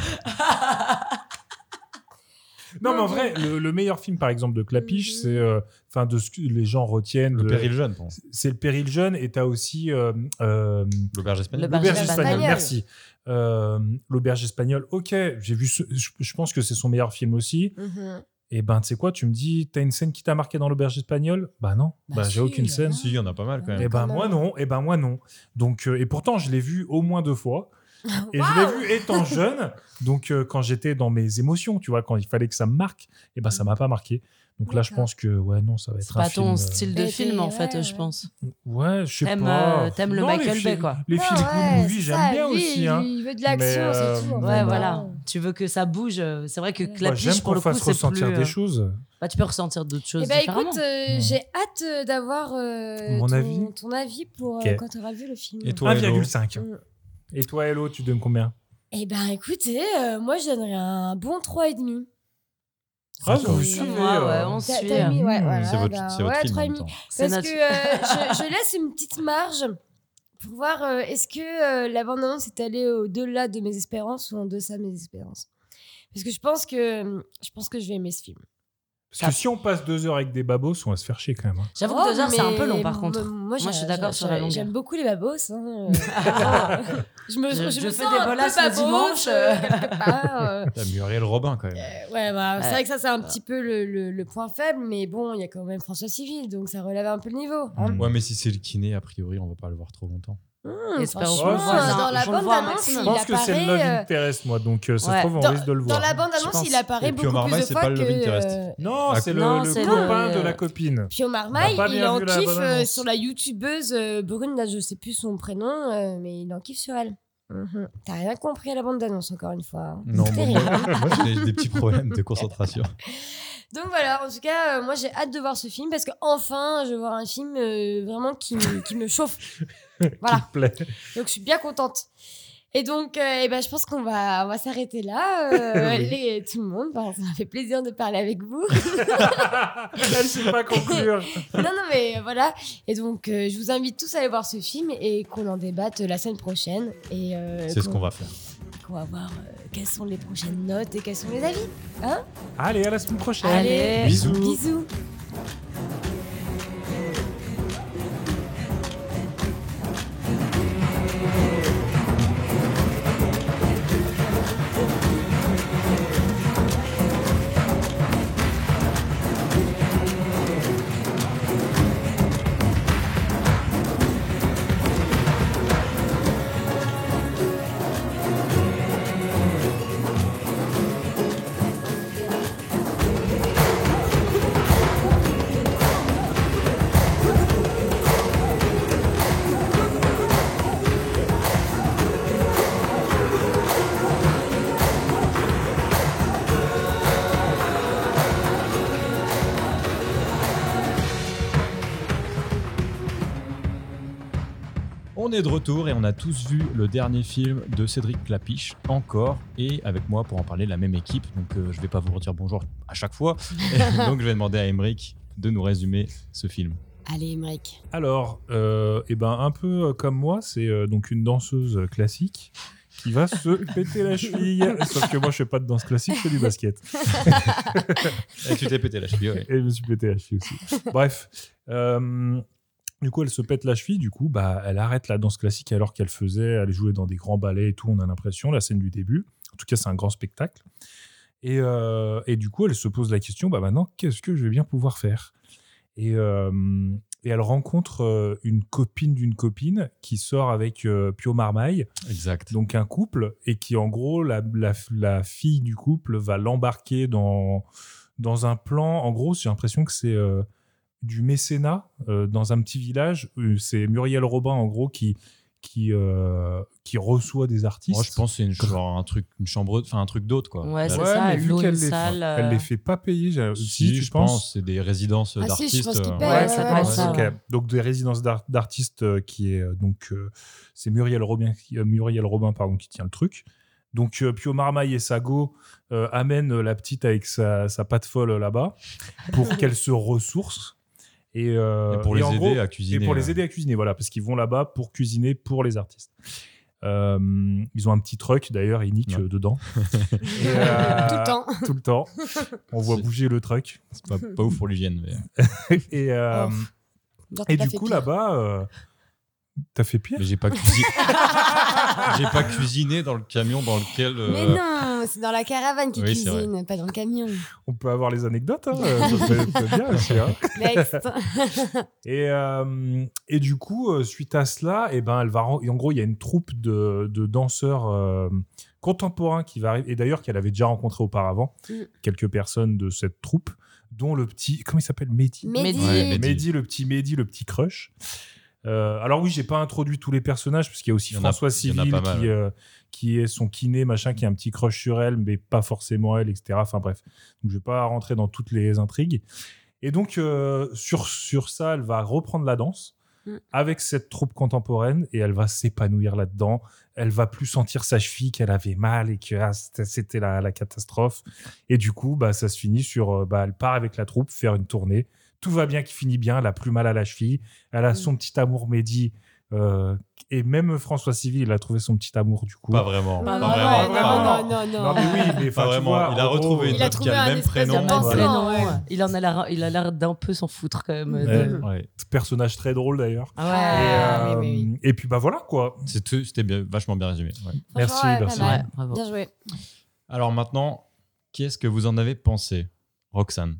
S10: Non, mais en vrai, le, le meilleur film, par exemple, de Clapiche, c'est. euh, Enfin, de ce que les gens retiennent.
S1: Le
S10: de-
S1: péril jeune, pour
S10: c'est le péril jeune et t'as aussi euh, euh,
S1: l'auberge espagnole.
S3: Le
S10: l'auberge
S3: L'auberge
S10: espagnole.
S2: espagnole.
S10: Merci. Euh, l'auberge espagnole. Ok, j'ai vu. ce- je, je pense que c'est son meilleur film aussi.
S2: Mhm.
S10: Et ben, tu sais quoi Tu me dis, t'as une scène qui t'a marqué dans l'auberge espagnole Bah non. Bah,
S2: Bah si,
S10: j'ai aucune
S2: il y en
S10: scène.
S1: Si, il y en a pas mal quand même.
S10: Et ben
S2: Quand
S10: moi
S2: même.
S10: non. Et ben moi non. Donc euh, et pourtant je l'ai vu au moins deux fois. Et je l'ai vu étant jeune. Donc euh, quand j'étais dans mes émotions, tu vois, quand il fallait que ça me marque, et ben ça m'a pas marqué. Donc là, je
S2: D'accord.
S10: pense que ouais, non, ça va être
S3: C'est
S10: un
S3: pas
S10: film.
S3: ton
S10: euh,
S3: style de
S2: Et
S3: film,
S2: t'es-
S3: en fait,
S2: ouais,
S3: je
S2: ouais.
S3: pense.
S10: Ouais, je sais
S3: T'aimes,
S10: pas.
S3: euh, t'aimes le
S10: Non, les
S3: Michael
S10: films-
S3: Bay, quoi. Ah
S10: Les
S2: Non,
S10: films
S2: ouais,
S10: movie,
S2: c'est
S10: j'aime
S2: ça,
S10: bien
S2: lui,
S10: aussi. hein.
S2: Il il veut de l'action,
S10: Mais, euh,
S2: c'est tout. en
S3: Ouais,
S2: fait.
S3: voilà. Tu veux que ça bouge. euh, C'est vrai que
S10: Moi,
S3: Clapiche,
S10: J'aime
S3: pour
S10: qu'on
S3: le coup,
S10: fasse
S3: c'est plus...
S10: ressentir
S3: euh,
S10: des choses.
S3: Bah, tu peux ressentir d'autres choses
S2: Eh ben
S3: différemment.
S2: écoute, euh,
S10: Hmm.
S2: j'ai hâte euh, d'avoir euh,
S10: Mon
S2: ton,
S10: avis
S2: ton avis pour euh,
S10: Ok.
S2: quand tu auras vu le film.
S1: Et toi, Hello
S10: 1,5.
S2: Mm.
S10: Et toi, Hello, tu donnes combien
S2: Eh ben écoutez, euh, moi je donnerais un bon 3,5.
S10: Ah,
S2: D'accord.
S10: vous
S2: Oui,
S10: suivez,
S3: moi,
S10: euh.
S3: ouais, on
S2: T'as-
S3: suit.
S2: t'as
S3: euh,
S2: mis, ouais,
S10: Mm.
S2: voilà,
S1: Hmm, C'est votre,
S2: bah,
S1: c'est votre
S2: ouais,
S1: film en même
S2: 3,5.
S1: temps.
S3: C'est
S2: Parce
S3: notre-
S2: que euh, je, je laisse une petite marge pour voir euh, est-ce que euh, la bande-annonce est allée au-delà de mes espérances ou en deçà de mes espérances. Parce que je pense que je pense que je vais aimer ce film.
S10: Parce que si on passe deux heures avec des babos, on va se faire chier quand même. hein.
S3: J'avoue
S2: Oh,
S3: que deux heures, c'est un
S2: mais
S3: peu long, par
S2: m-
S3: contre.
S2: Moi,
S3: je suis
S2: j'a-
S3: d'accord
S2: j'a-
S3: sur la
S2: j'a-
S3: longueur.
S2: J'aime beaucoup les babos. hein,
S10: Ah,
S2: euh. je me,
S3: Je-
S2: je,
S3: je
S2: me
S3: fais
S2: sens
S3: des
S2: un peu
S3: bolasses le
S2: babos,
S3: dimanche,
S2: euh,
S3: euh.
S2: quelque part, euh.
S1: T'as Ah, Muriel Robin quand même.
S2: Ouais, bah, c'est
S3: Ouais.
S2: vrai que ça, c'est un petit peu le, le- le point faible, mais bon, il y a quand même François Civil, donc ça relève un peu le niveau.
S3: Mmh,
S2: hein.
S1: Ouais, mais si c'est le kiné, a priori, on va pas le voir trop longtemps.
S2: Hum,
S3: Espérons
S2: franchement,
S10: qu'on le voit,
S2: dans
S3: hein.
S2: la
S3: Je le
S2: bande
S3: vois un
S2: annonce,
S3: maximum.
S2: il
S10: Je
S3: Il
S10: pense que c'est Love
S2: apparaît. euh,
S10: Interest, moi, donc euh, ça se
S3: ouais.
S10: trouve, on
S2: Dans-
S10: risque de le
S2: Dans
S10: voir.
S2: la bande annonce,
S3: pense.
S2: il apparaît
S1: Et puis
S2: beaucoup
S1: Omar Sy,
S2: plus de
S1: c'est
S2: fois
S1: pas le Love Interest.
S2: que.
S10: Non,
S1: Ah,
S10: c'est le,
S3: non,
S10: le
S3: c'est
S10: copain
S3: le-
S10: de la copine.
S2: Puis Omar
S10: On a
S2: Maï,
S10: pas
S2: il
S10: bien
S2: en
S10: vu la
S2: kiffe
S10: bonne
S2: euh,
S10: annonce.
S2: sur la youtubeuse euh, Brune, là je sais plus son prénom, euh, mais il en kiffe sur elle. Mhm. T'as rien compris à la bande d'annonce, encore une fois. hein.
S1: Non,
S2: C'est
S1: moi,
S2: terrible.
S1: moi, moi, j'ai des- des petits problèmes de concentration.
S2: Donc voilà, en tout cas, euh, moi j'ai hâte de voir ce film parce que enfin je vais voir un film euh, vraiment qui, me- qui me chauffe.
S10: Qui
S2: Voilà.
S10: te plaît.
S2: Donc je suis bien contente. Et donc, euh, eh ben, je pense qu'on va, on va s'arrêter là. euh,
S10: Oui.
S2: les- tout le monde, bah, ça m'a fait plaisir de parler avec vous.
S10: Elle sait pas conclure.
S2: non, non, mais euh, voilà. Et donc, euh, je vous invite tous à aller voir ce film et qu'on en débatte la semaine prochaine. Et euh,
S1: C'est ce qu'on va faire.
S2: qu'on va voir euh, quelles sont les prochaines notes et quels sont les avis.
S10: Allez, à la semaine prochaine.
S3: Allez.
S1: Bisous.
S2: Bisous.
S1: On est de retour et on a tous vu le dernier film de Cédric Clapiche, encore, et avec moi pour en parler la même équipe. Donc euh, je vais pas vous redire bonjour à chaque fois. donc je vais demander à Emeric de nous résumer ce film.
S2: Allez, Mike.
S10: Alors, euh, eh ben, un peu euh, comme moi, c'est euh, donc une danseuse classique qui va se péter la cheville. Sauf que moi, je fais pas de danse classique, je fais du basket.
S1: Et tu t'es pété la cheville, ouais.
S10: Et je me suis pété la cheville aussi. Bref. euh, du coup, elle se pète la cheville, du coup, bah, elle arrête la danse classique alors qu'elle faisait, elle jouait dans des grands ballets et tout, on a l'impression, la scène du début. En tout cas, c'est un grand spectacle. Et, euh, et du coup, elle se pose la question, bah maintenant, qu'est-ce que je vais bien pouvoir faire et, euh, et elle rencontre euh, une copine d'une copine qui sort avec euh, Pio Marmaille.
S1: Exact.
S10: Donc un couple, et qui en gros, la, la- la fille du couple va l'embarquer dans, dans un plan. En gros, j'ai l'impression que c'est euh, du mécénat euh, dans un petit village. Euh, C'est Muriel Robin, en gros, qui, qui, euh, qui reçoit des artistes.
S1: Moi, je pense que c'est une- genre un truc, une chambre, enfin un truc d'autre, quoi. Bah, euh,
S3: Ouais, c'est
S10: Ouais,
S3: ça,
S10: mais
S3: elle
S10: vu
S3: loue
S10: qu'elle
S3: une
S10: les fait-
S3: salle. euh,
S10: Elle les fait pas payer, j'ai-
S1: Si,
S10: si, tu
S1: je
S10: penses.
S1: pense, c'est des résidences
S2: Ah si,
S1: d'artistes.
S2: je pense qu'ils
S1: euh,
S2: payent,
S10: Ouais,
S2: ouais,
S10: ça
S2: ouais,
S10: commence,
S2: ça-
S10: ok. Donc des résidences d'ar- d'artistes euh, qui est euh, donc euh, c'est Muriel Robin, qui- euh, Muriel Robin pardon qui tient le truc. Donc euh, Pio Marmaille et Sago euh, amènent euh, la petite avec sa, sa patte folle euh, là-bas pour qu'elle se ressource et, euh,
S1: Et pour les
S10: en
S1: aider à cuisiner,
S10: Et pour
S1: euh.
S10: les aider à cuisiner, voilà, parce qu'ils vont là-bas pour cuisiner pour les artistes. Euh, ils ont un petit truck d'ailleurs, ils niquent
S1: Ouais.
S10: euh, dedans. Et, euh,
S2: Tout le temps.
S10: Tout le temps. On voit
S1: C'est-
S10: bouger le truck.
S1: C'est pas, pas ouf pour l'hygiène, mais.
S10: Et, euh,
S2: Oh. Non, t'as
S10: et
S2: pas
S10: du
S2: fait
S10: coup,
S2: pire.
S10: là-bas, euh, t'as fait pire
S1: Mais j'ai pas cuisiné. j'ai pas cuisiné dans le camion dans lequel. euh,
S2: Mais non, c'est dans la caravane qui
S1: oui, c'est vrai.
S2: cuisine, pas dans le camion.
S10: On peut avoir les anecdotes, hein, euh, ça serait- ça serait bien aussi, hein.
S2: Next.
S10: Et, euh, et du coup, euh, suite à cela, et ben, elle va ren- et en gros, il y a une troupe de, de danseurs euh, contemporains qui va arriver, et d'ailleurs qu'elle avait déjà rencontré auparavant,
S2: Mm.
S10: quelques personnes de cette troupe, dont le petit, comment il s'appelle, Mehdi
S2: Mehdi.
S1: Ouais, Mehdi.
S10: Mehdi, le petit Mehdi, le petit crush. Euh, alors oui, j'ai pas introduit tous les personnages parce qu'il y a aussi
S1: Il y en a-
S10: François
S1: il y en a
S10: Civil
S1: pas mal,
S10: qui, euh, qui est son kiné, machin, qui a un petit crush sur elle, mais pas forcément elle, etc. Enfin bref, donc je vais pas rentrer dans toutes les intrigues. Et donc euh, sur sur ça, elle va reprendre la danse
S2: Mm.
S10: avec cette troupe contemporaine et elle va s'épanouir là-dedans. Elle va plus sentir sa cheville qu'elle avait mal et que ah, c'était- c'était la, la catastrophe. Et du coup, bah ça se finit sur euh, bah elle part avec la troupe faire une tournée tout va bien, qui finit bien, elle a plus mal à la cheville, elle a son petit amour Mehdi, euh, et même François Civil, il a trouvé son petit amour du coup.
S1: Pas vraiment.
S2: Pas
S10: vraiment,
S2: vraiment,
S10: pas
S2: non, non, non,
S10: Non mais oui, mais
S1: Pas
S10: enfin, tu
S1: vraiment,
S10: vois,
S1: il a
S10: en gros, euh,
S1: retrouvé une
S2: Il a
S1: meuf qui
S2: trouvé
S1: a
S2: un
S1: le même
S2: espèce de
S1: prénom.
S2: pansement,
S10: voilà.
S2: non, ouais.
S3: Il en a l'air, il a l'air d'un peu s'en foutre quand même. euh, de-
S10: Ouais. euh,
S1: Ouais.
S10: personnage très drôle d'ailleurs.
S3: Ah
S2: Ah, oui, oui, oui.
S10: Et puis bah voilà quoi.
S1: C'est tout- C'était bien- vachement bien résumé. ouais.
S2: Franchement,
S10: Merci,
S2: ouais, pas
S10: merci.
S2: mal.
S3: Ouais, bravo.
S2: Bien joué.
S1: Alors maintenant, qu'est-ce que vous en avez pensé, Roxane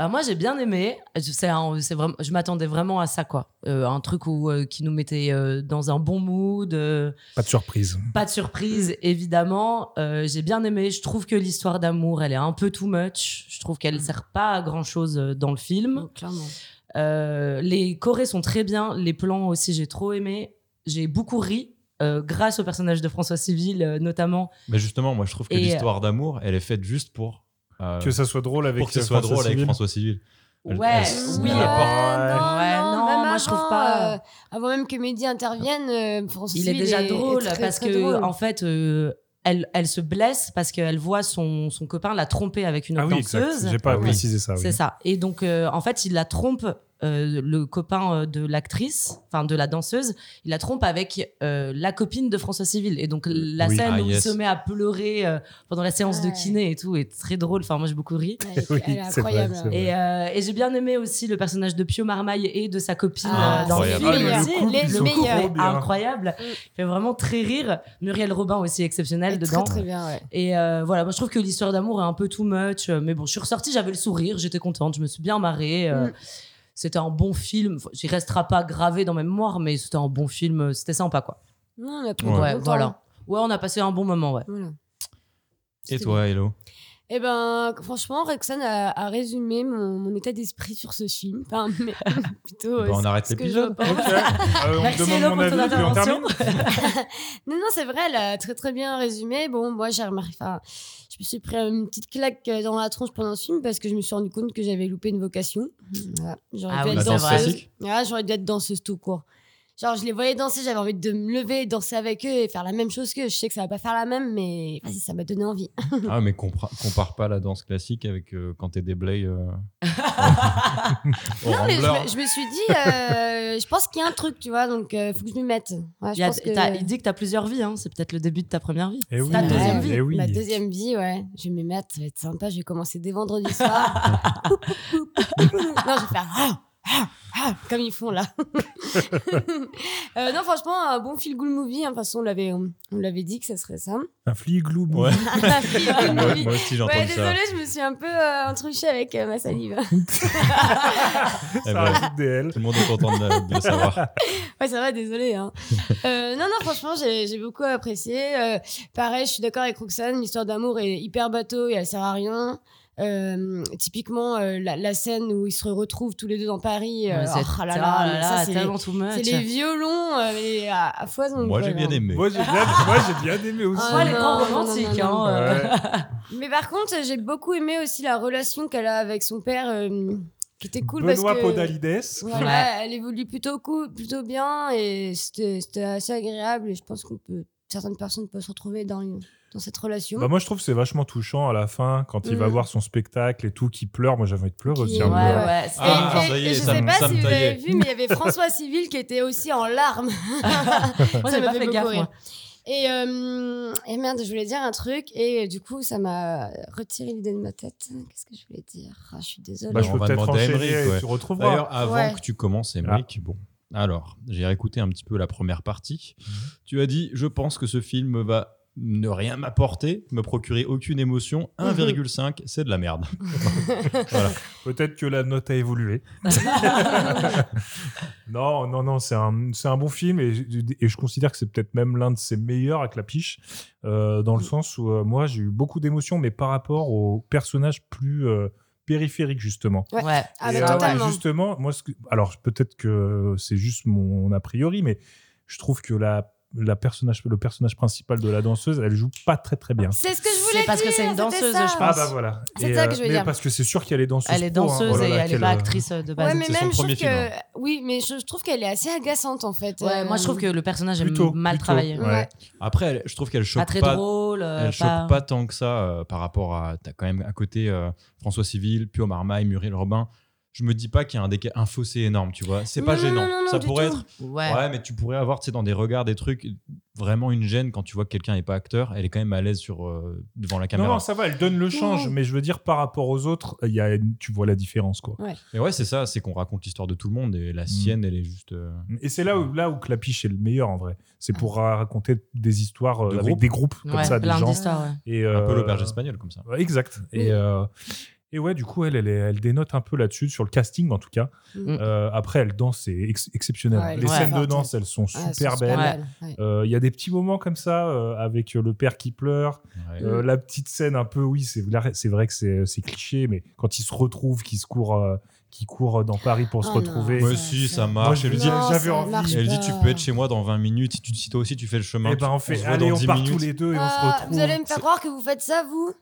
S3: Bah moi j'ai bien aimé. C'est un- c'est vraiment, je m'attendais vraiment à ça quoi. Euh, un truc où, euh, qui nous mettait euh, dans un bon mood. euh,
S10: Pas de surprise.
S3: pas de surprise évidemment. Euh, j'ai bien aimé. Je trouve que l'histoire d'amour elle est un peu too much. Je trouve
S2: Mm.
S3: qu'elle sert pas à grand chose dans le film.
S2: Oh, clairement.
S3: Euh, les chorés sont très bien, les plans aussi, j'ai trop aimé. J'ai beaucoup ri euh, grâce au personnage de François Civil, euh, notamment.
S1: Mais justement, moi je trouve que
S3: Et, euh,
S1: l'histoire d'amour, elle est faite juste pour. euh,
S10: Que ça soit drôle avec
S1: pour que ce
S10: euh,
S1: soit
S10: François
S1: drôle avec
S10: Civil.
S1: François Civil. Elle-
S3: Ouais,
S1: elle-
S3: oui.
S2: Ouais,
S1: elle apporte-
S2: Ah Euh, non,
S3: Ouais, non,
S2: non, même
S3: moi, je trouve
S2: avant,
S3: pas.
S2: euh, avant même que Mehdi intervienne, euh, François
S3: Il est
S2: Civil
S3: déjà
S2: est-
S3: drôle
S2: est très,
S3: parce
S2: très
S3: que,
S2: drôle.
S3: en fait, euh, elle, elle se blesse parce qu'elle voit son, son copain la tromper avec une
S10: Ah
S3: autre
S10: oui, exact.
S3: danseuse.
S10: J'ai pas
S1: Oui.
S10: précisé ça. Ah oui.
S3: C'est ça. Et donc, euh, en fait, il la trompe, euh, le copain euh, de l'actrice, enfin de la danseuse, il la trompe avec euh, la copine de François Civil. Et donc, la
S1: Oui.
S3: scène
S1: Ah,
S3: où
S1: yes.
S3: il se met à pleurer euh, pendant la séance de
S2: Ouais.
S3: kiné et tout est très drôle. Enfin, moi, j'ai beaucoup ri.
S2: Ouais, elle est-
S10: Oui,
S2: elle est
S10: c'est vrai,
S2: incroyable.
S10: c'est vrai.
S3: Et, euh, et j'ai bien aimé aussi le personnage de Pio Marmaille et de sa copine
S2: Ah,
S3: euh, dans le
S1: incroyable.
S3: film.
S2: Ah, mais le
S3: aussi.
S2: couple, Les- Mm. ils le sont meilleur.
S10: trop bien.
S3: Incroyable. Il fait vraiment très rire. Muriel Robin aussi
S2: Elle
S3: exceptionnelle
S2: est
S3: dedans.
S2: Très, très bien, ouais.
S3: Et euh, voilà, moi je trouve que l'histoire d'amour est un peu too much. euh, Mais bon, je suis ressortie, j'avais le sourire, j'étais contente, je me suis bien marrée. euh,
S2: Mm.
S3: C'était un bon film. Enfin, Il restera pas gravé dans ma mémoire, mais c'était un bon film. euh, C'était sympa, quoi.
S2: Non, on a pris
S1: Ouais.
S2: longtemps. hein.
S3: Ouais, voilà. Ouais, on a passé un bon moment, ouais.
S2: Voilà.
S1: Et
S2: C'était
S1: toi, Hello
S2: Eh ben, franchement, Roxane a, a résumé mon, mon état d'esprit sur ce film. Enfin, mais plutôt. euh,
S1: Bah, On
S2: ce
S1: arrête
S2: que je
S1: l'épisode.
S2: pense.
S10: Ok. Euh, on
S3: Merci,
S10: me demande
S3: Hello,
S10: mon
S3: pour ton
S10: avis puis on termine.
S2: Ah, Non, non, c'est vrai, elle a très très bien résumé. Bon, moi, j'ai remarqué. Enfin, je me suis pris une petite claque euh, dans la tronche pendant ce film parce que je me suis rendu compte que j'avais loupé une vocation. Mmh, Voilà. J'aurais
S3: Ah
S2: dû
S3: oui,
S2: être
S3: c'est vrai.
S2: danseuse. Ah, j'aurais dû être danseuse tout court. Genre, je les voyais danser, j'avais envie de me lever, danser avec eux et faire la même chose qu'eux. Je sais que ça va pas faire la même, mais vas-y, ça m'a donné envie.
S1: Ah, mais compara- compare pas la danse classique avec euh, quand t'es déblay. euh, au
S2: non, mais je,
S1: Rambler.
S2: me- je me suis dit, euh, je pense qu'il y a un truc, tu vois, donc il faut que je m'y mette. Ouais, je
S3: Il y a-
S2: pense que-
S3: t'as- il dit que t'as plusieurs vies, hein. c'est peut-être le début de ta première vie.
S10: Eh oui,
S3: ta deuxième
S10: eh
S3: vie.
S10: oui.
S2: Ma deuxième vie, ouais. Je vais m'y mettre, ça va être sympa. Je vais commencer dès vendredi soir. non, je vais faire. ah, ah, ah, comme ils font là. Euh, non, franchement, un bon feel good movie. hein. De toute façon, on l'avait, on, on l'avait dit que ça serait ça.
S10: Un fliglou.
S1: Ouais.
S2: Un feel good
S1: Moi-
S2: movie.
S1: moi aussi, j'ai
S2: Ouais,
S1: entendu ça.
S2: désolée, je me suis un peu euh, entruchée avec euh, ma salive.
S1: Eh
S10: Ça
S1: ben,
S10: rajoute des L.
S1: Tout le monde est content de, la- de le savoir.
S2: Ouais, ça va, désolé. Hein. Euh, non, non, franchement, j'ai j'ai beaucoup apprécié. Euh, pareil, je suis d'accord avec Roxane, l'histoire d'amour est hyper bateau et elle sert à rien. Euh, typiquement, euh, la, la scène où ils se retrouvent tous les deux dans Paris. euh,
S3: Ouais, c'est-
S2: oh là
S3: c'est-
S2: là,
S3: ah là
S2: mais
S3: là,
S2: ça, c'est
S3: tellement
S2: les-
S3: too much.
S2: C'est les violons euh, mais à, à foison.
S1: Moi,
S2: quoi,
S1: j'ai bien
S2: genre.
S1: aimé.
S10: Moi j'ai bien, moi, j'ai bien aimé aussi.
S2: Ah, les grands romantiques, hein, euh.
S10: Ouais.
S2: Mais par contre, j'ai beaucoup aimé aussi la relation qu'elle a avec son père, euh, qui était cool
S10: Benoît
S2: parce que.
S10: Podalides.
S2: Voilà, elle évolue plutôt, cool, plutôt bien et c'était c'était assez agréable. Et je pense qu'on peut, certaines personnes peuvent se retrouver dans, une- dans cette relation.
S10: Bah moi je trouve que c'est vachement touchant à la fin quand il va
S2: Mm.
S10: voir son spectacle et tout qui pleure. Moi j'avais envie de pleurer aussi. hein,
S2: Qui-
S10: un
S2: ouais,
S10: peu.
S2: ouais. Et-
S1: Ah,
S2: et,
S1: ça y est,
S2: et je
S1: ça
S2: sais
S1: me-
S2: pas
S1: ça
S2: si
S1: me
S2: vous avez
S1: taillait.
S2: vu, mais il y avait François Civil qui était aussi en larmes.
S3: Moi,
S2: ça
S3: j'ai
S2: m'a
S3: pas
S2: fait
S3: fait
S2: beaucoup
S3: gaffe,
S2: rire.
S3: moi.
S2: Et, euh, et merde, je voulais dire un truc et du coup, ça m'a retiré l'idée de ma tête. Qu'est-ce que je voulais dire Ah, Je suis désolée.
S10: Bah, je
S1: On
S10: peux
S1: va
S10: peut-être
S1: demander à
S10: enchaîner
S1: Aymeric,
S10: et
S1: ouais.
S10: tu retrouveras.
S1: D'ailleurs, avant
S2: Ouais.
S1: que tu commences, Emmerich, bon. Alors, j'ai réécouté un petit peu la première partie. Tu as dit Je pense que ce film va ne rien m'apporter, me procurer aucune émotion.
S2: Mhm.
S1: 1,5, c'est de la merde. Voilà.
S10: Peut-être que la note a évolué. non, non, non, c'est un, c'est un bon film et, et je considère que c'est peut-être même l'un de ses meilleurs avec la piche, euh, dans le sens où euh, moi j'ai eu beaucoup d'émotions, mais par rapport aux personnages plus euh, périphériques justement.
S2: Ouais.
S3: Ouais.
S2: Ah,
S10: Et,
S2: bah,
S10: euh,
S2: totalement.
S10: justement, moi, ce que- alors peut-être que c'est juste mon a priori, mais je trouve que la, la personnage, le personnage principal de la danseuse, elle joue pas très très bien.
S2: C'est ce que je voulais
S3: C'est parce que
S2: dire,
S3: c'est une
S2: c'était
S3: danseuse,
S2: ça.
S3: je pense.
S10: Ah bah voilà.
S2: C'est
S10: Et,
S2: ça que je veux
S10: mais
S2: dire.
S10: Parce que c'est sûr qu'elle est danseuse.
S3: Elle est
S10: pro, hein.
S3: danseuse
S10: Oh là
S3: et
S10: là,
S3: elle est
S10: quelle,
S3: pas
S10: euh,
S3: actrice euh, de
S2: Ouais,
S3: base.
S2: mais
S1: c'est
S2: même
S1: son
S2: je trouve
S1: premier film, hein.
S2: que oui, mais je, je trouve qu'elle est assez agaçante en fait. euh.
S3: Ouais, moi je trouve que le personnage est
S10: Plutôt,
S3: mal
S10: plutôt.
S3: travaillé.
S10: Ouais.
S1: Après, elle- je trouve qu'elle choque
S3: Pas très drôle. euh,
S1: Elle choque pas tant que ça euh, par rapport à. T'as quand même à côté euh, François Civil, Pio Marmaille, Muriel Robin. Je me dis pas qu'il y a un, déca- un fossé énorme, tu vois. C'est pas
S2: Non, non,
S1: gênant.
S2: non, non,
S1: ça
S2: du
S1: pourrait
S2: tout.
S1: être.
S3: Ouais.
S1: Ouais. mais tu pourrais avoir, tu sais, dans des regards, des trucs. Vraiment une gêne quand tu vois que quelqu'un n'est pas acteur. Elle est quand même à l'aise sur, euh, devant la
S10: Non,
S1: caméra.
S10: non, ça va, elle donne le change, mais je veux dire, par rapport aux autres, euh, il y a, une- tu vois la différence, quoi.
S1: Mais ouais, c'est ça, c'est qu'on raconte l'histoire de tout le monde et la sienne, elle est juste. euh,
S10: Et c'est là où, là où Clapiche est le meilleur, en vrai. C'est pour ra- raconter des histoires euh,
S1: De
S10: avec
S1: groupes.
S10: des groupes, comme
S3: Ouais,
S10: ça, des
S3: plein
S10: gens.
S3: d'histoires, ouais.
S10: Et,
S1: un peu
S10: euh,
S1: l'auberge espagnole, comme ça.
S10: ouais, Exact. Et, euh, et ouais, du coup, elle, elle, est- elle dénote un peu là-dessus, sur le casting, en tout cas.
S2: Mm.
S10: Euh, après, elle danse, c'est ex- exceptionnel.
S2: Ouais, elle
S10: Les
S3: est
S10: scènes de
S2: forte.
S10: danse, elles sont
S2: Ah,
S10: super
S2: c'est
S10: belles. Euh,
S2: ouais.
S10: Il y a des petits moments comme ça, euh, avec euh, le père qui pleure,
S1: Ouais.
S10: Euh, la petite scène un peu, oui, c'est la- c'est vrai que c'est euh, c'est cliché, mais quand ils se retrouvent, qu'ils se courent, euh, qu'ils courent dans Paris pour se
S2: Oh non.
S10: retrouver.
S1: Moi
S2: ça-
S1: aussi,
S2: ça-
S1: ça marche.
S10: Moi,
S1: elle lui
S10: je-
S1: dit,
S10: Non, j'avais
S2: ça
S10: envie.
S2: marche
S1: elle dit,
S2: pas.
S1: tu peux être chez moi dans 20 minutes. Si, tu, si toi aussi tu fais le chemin,
S10: Eh ben, on
S1: tu-
S10: fait,
S1: se voit
S10: allez,
S1: dans
S10: on
S1: 10
S10: part
S1: minutes.
S10: tous les deux et on se
S2: Ah,
S10: retrouve.
S2: vous allez me faire
S10: C'est-
S2: croire que vous faites ça, vous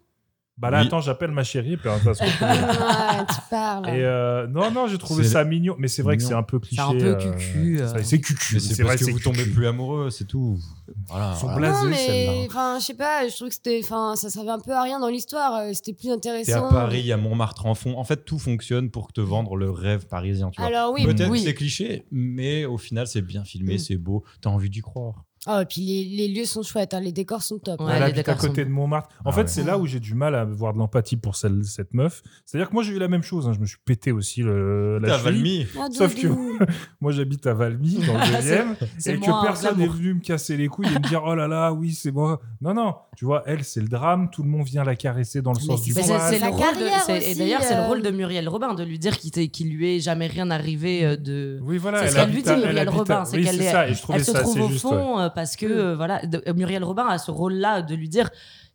S10: Bah là,
S1: Oui.
S10: attends, j'appelle ma chérie. puis, hein, ça se retrouve.
S2: Ouais, tu parles.
S10: Et euh, non, non, j'ai trouvé
S1: C'est-
S10: ça mignon, mais c'est vrai que
S1: Mignon.
S10: c'est un peu cliché.
S3: C'est un peu
S10: euh,
S3: cucu, euh.
S10: ça- C'est cucu.
S1: Mais c'est
S10: vrai
S1: parce que vous tombez
S10: cucu.
S1: plus amoureux, c'est tout. Voilà.
S10: Faut
S1: voilà.
S10: blasé,
S2: non,
S10: celle-là.
S2: mais enfin, je sais pas, je trouve que c'était, enfin, ça servait un peu à rien dans l'histoire. euh, C'était plus
S1: T'es à
S2: intéressant.
S1: Paris, à Montmartre en fond. En fait, tout fonctionne pour te vendre le rêve parisien, tu vois.
S2: Alors oui,
S1: Peut-être
S2: oui.
S1: que c'est cliché, mais au final, c'est bien filmé,
S2: Mm.
S1: c'est beau. T'as envie d'y croire.
S2: Oh, et puis les, les lieux sont chouettes, hein, les décors sont top.
S3: Ouais,
S10: Elle
S3: les
S10: habite à
S3: décors
S10: côté
S3: sont-
S10: de Montmartre. En
S1: Ah
S10: fait,
S1: ouais.
S10: c'est là où j'ai du mal à avoir de l'empathie pour celle, cette meuf. C'est-à-dire que moi, j'ai eu la même chose. hein, Je me suis pété aussi le, la
S1: T'as
S10: cheville.
S1: Valmy.
S2: Ah,
S10: Sauf que-
S2: doudou.
S10: Moi, j'habite à Valmy, dans le deuxième.
S3: C'est
S10: et
S3: moins
S10: que personne n'est
S3: glamour.
S10: venu me casser les couilles et me dire oh là là oui c'est moi non non tu vois elle c'est le drame tout le monde vient la caresser dans le sens du
S3: Mais
S10: poil.
S3: c'est c'est le
S2: la
S3: rôle de-
S2: carrière
S3: c'est- Et
S2: aussi,
S3: d'ailleurs, c'est le
S2: euh.
S3: rôle de Muriel Robin de lui dire qu'il t'est- qu'il lui est jamais rien arrivé euh, de.
S10: oui voilà
S3: C'est
S10: elle
S3: ce qu'elle lui
S10: habite
S3: dit,
S10: à-
S3: Muriel
S10: elle habite
S3: Robin,
S10: à-
S3: c'est
S10: oui,
S3: qu'elle est-
S10: ça et je trouvais
S3: Elle se
S10: ça
S3: trouve
S10: assez
S3: au
S2: Mm.
S10: juste ouais.
S3: fond euh, parce que euh, voilà, de- Muriel Robin a ce rôle-là de lui dire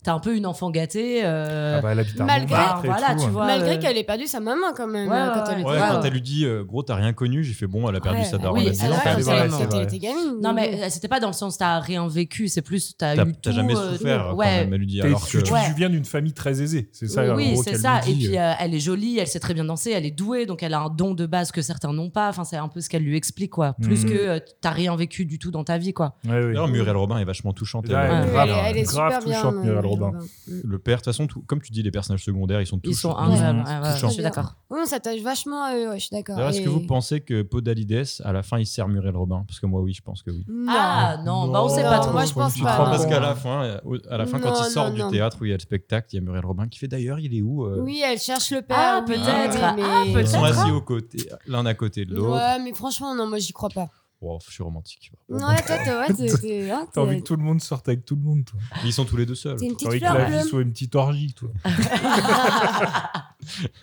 S3: t'as un peu une enfant gâtée. euh,
S10: Ah bah, elle habite à
S2: Malgré-
S10: Montmartre et
S3: voilà,
S10: tout,
S3: tu
S10: hein.
S3: vois.
S2: Malgré
S3: euh,
S2: qu'elle ait perdu sa maman quand même
S3: Ouais,
S2: euh, quand
S3: ouais,
S2: elle
S3: ouais.
S2: était
S1: Ouais,
S2: grande.
S1: quand elle lui dit euh, gros, t'as rien connu, j'ai fait bon, elle a perdu
S2: Ouais,
S1: sa
S2: bah
S1: daronne.
S2: oui,
S1: à 10
S2: c'est
S1: ans,
S2: vrai,
S1: t'as
S2: quand
S1: allé voir
S2: elle
S1: la
S2: a
S1: sœur,
S2: sorti,
S1: ouais.
S2: elle était gamine.
S3: Non, mais euh, c'était pas dans le sens t'as rien vécu, c'est plus t'as
S1: T'as-
S3: eu
S1: t'as
S3: tout,
S1: jamais
S3: euh,
S1: souffert,
S3: tout.
S1: quand
S3: Ouais,
S1: même, elle lui dit.
S10: T'es-
S1: Alors
S10: tu,
S1: que-
S10: tu
S3: Ouais.
S10: viens d'une famille très aisée, c'est ça en
S3: oui,
S10: gros
S3: c'est
S10: qu'elle
S3: ça.
S10: lui
S3: Et
S10: dit.
S3: puis euh, elle est jolie, elle sait très bien danser, elle est douée, donc elle a un don de base que certains n'ont pas. Enfin, c'est un peu ce qu'elle lui explique, quoi. Plus
S10: Mhm.
S3: que euh, t'as rien vécu du tout dans ta vie, quoi.
S10: Ouais, ouais.
S1: D'ailleurs, Muriel Robin est vachement touchante.
S10: Ouais,
S1: elle.
S10: elle est grave,
S2: Elle, elle est
S10: grave
S2: super bien.
S10: touchante, Muriel
S2: euh,
S10: Robin.
S1: Le père, de toute façon, tout- comme tu dis, les personnages secondaires, ils sont tous.
S3: Ils sont
S1: tous-
S3: incroyables.
S1: tous
S3: ouais, ouais, je
S1: touchants.
S3: suis d'accord.
S2: Oui, Oh, on s'attache vachement à eux, ouais, je suis d'accord.
S1: D'ailleurs, est-ce
S2: Et-
S1: que vous pensez que Podalides, à la fin, il sert Muriel Robin Parce que moi, oui, je pense que oui.
S2: Non.
S3: Ah non, bah on sait
S2: Non,
S3: pas trop.
S2: moi, je pense
S1: Tu
S2: pas,
S1: crois
S2: non.
S1: parce qu'à la fin, euh, au- à la fin quand
S2: Non,
S1: il sort
S2: non,
S1: du
S2: non.
S1: théâtre où il y a le spectacle, il y a Muriel Robin qui fait d'ailleurs, il est où euh,
S2: Oui, elle cherche le père.
S3: Ah,
S2: oui,
S3: peut-être.
S2: oui,
S3: Ah,
S2: mais-
S1: Ils sont
S3: peut-être,
S1: assis
S3: hein.
S1: aux côtés, l'un à côté de l'autre.
S2: Ouais, mais franchement, non, moi, j'y crois pas.
S1: Wow, je suis romantique.
S2: Ouais,
S1: bah,
S2: toi, t'es- ouais, t'es- t'es- hein,
S10: T'as envie que
S2: t'es-
S10: tout le monde sorte avec tout le monde, toi.
S1: Ils sont tous les deux seuls.
S2: t'es une petite
S10: T'as envie que la
S2: fleur
S10: vie
S2: bleue.
S10: soit une petite orgie, toi.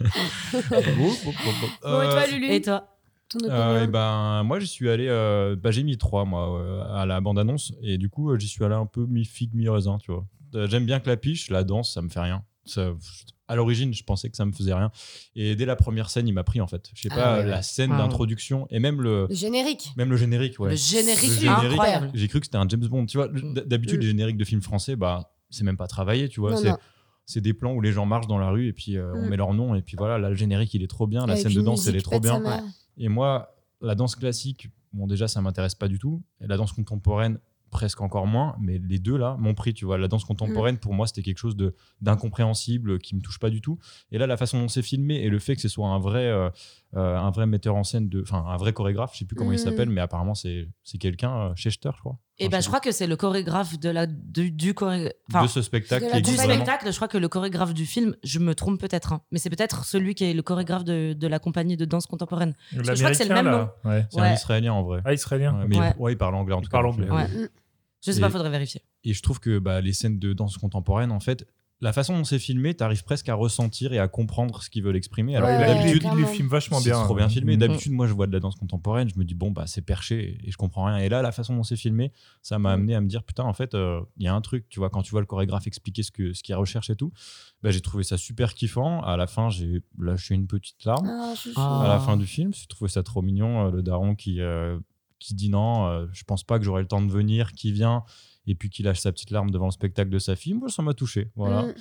S1: Bon, bon, bon, bon.
S2: Bon, et
S1: Euh,
S2: toi, Lulu
S3: Et toi
S2: Ton
S1: Euh,
S2: opinion
S1: eh ben, moi, j'y suis allé. euh, bah, j'ai mis 3 moi euh, à la bande annonce, et du coup, euh, j'y suis allé un peu mi figue mi raisin, tu vois. Euh, J'aime bien que la piche, la danse, ça me fait rien. Ça, pff, à l'origine, je pensais que ça me faisait rien, et dès la première scène, il m'a pris en fait. Je sais
S3: Ah
S1: pas
S3: ouais, ouais.
S1: la scène
S3: Ah ouais.
S1: d'introduction et même le
S2: Le générique.
S1: même le générique, ouais.
S3: Le générique,
S1: Le
S3: incroyable.
S1: J'ai cru que c'était un James Bond, tu vois.
S3: Mm.
S1: d- D'habitude,
S2: Mm.
S1: les génériques de films français, bah, c'est même pas travaillé, tu vois.
S2: Non,
S1: C'est
S2: non.
S1: c'est des plans où les gens marchent dans la rue et puis euh, on
S2: Mm.
S1: met leur nom et puis voilà, là, le générique, il est trop bien, la
S2: Avec
S1: scène de
S2: une
S1: danse, elle est
S2: musique pas
S1: trop
S2: de sa
S1: bien.
S2: mère.
S1: Et moi, la danse classique, bon, déjà, ça m'intéresse pas du tout. Et la danse contemporaine, presque encore moins. Mais les deux, là, m'ont pris, tu vois. La danse contemporaine,
S2: Mm.
S1: pour moi, c'était quelque chose de d'incompréhensible, qui me touche pas du tout. Et là, la façon dont c'est filmé et le fait que ce soit un vrai, euh, euh, un vrai metteur en scène, de, enfin, un vrai chorégraphe, je sais plus comment il
S2: Mm.
S1: s'appelle, mais apparemment, c'est c'est quelqu'un, euh, Schechter, je crois.
S3: Et
S1: Enfin,
S3: ben
S1: sais
S3: je crois que c'est le chorégraphe de la du, du choré-
S1: plus.
S3: enfin,
S1: de ce spectacle
S2: de la
S1: qui
S3: du
S1: existe
S2: compagnie.
S1: vraiment.
S3: spectacle, je crois que le chorégraphe du film, je me trompe peut-être, hein, mais c'est peut-être celui qui est le chorégraphe de, de la compagnie de danse contemporaine. que je crois que c'est le
S10: L'Américain,
S3: même
S10: là. Ouais.
S1: C'est un
S3: Ouais.
S1: Israélien en vrai.
S10: Ah, israélien.
S1: Ouais, mais
S3: Ouais.
S1: Il, ouais, il parle anglais en
S10: Il
S1: tout cas.
S10: parle
S1: donc,
S10: anglais.
S1: euh,
S3: Ouais.
S2: Mm.
S3: Je sais
S1: Et-
S3: pas, faudrait vérifier.
S1: Et je trouve que bah, les scènes de danse contemporaine, en fait, la façon dont c'est filmé, t'arrives presque à ressentir et à comprendre ce qu'ils veulent exprimer. Alors
S2: Ouais,
S1: que
S2: ouais,
S1: d'habitude,
S2: clairement.
S10: il les filme vachement
S1: c'est
S10: bien.
S1: trop bien filmé.
S10: Mm.
S1: D'habitude, moi, je vois de la danse contemporaine, je me dis, bon, bah, c'est perché et je comprends rien. Et là, la façon dont c'est filmé, ça
S10: Mm.
S1: m'a amené à me dire, putain, en fait, euh, il y a un truc, tu vois, quand tu vois le chorégraphe expliquer ce que ce qu'il recherche et tout, bah, j'ai trouvé ça super kiffant. À la fin, j'ai lâché une petite larme
S2: Ah, chouchou.
S3: Ah.
S1: à la fin du film. J'ai trouvé ça trop mignon, euh, le daron qui, euh, qui dit non, euh, je pense pas que j'aurai le temps de venir, qui vient, et puis qui lâche sa petite larme devant le spectacle de sa fille. Moi, ça m'a touché. Voilà.
S2: Mm.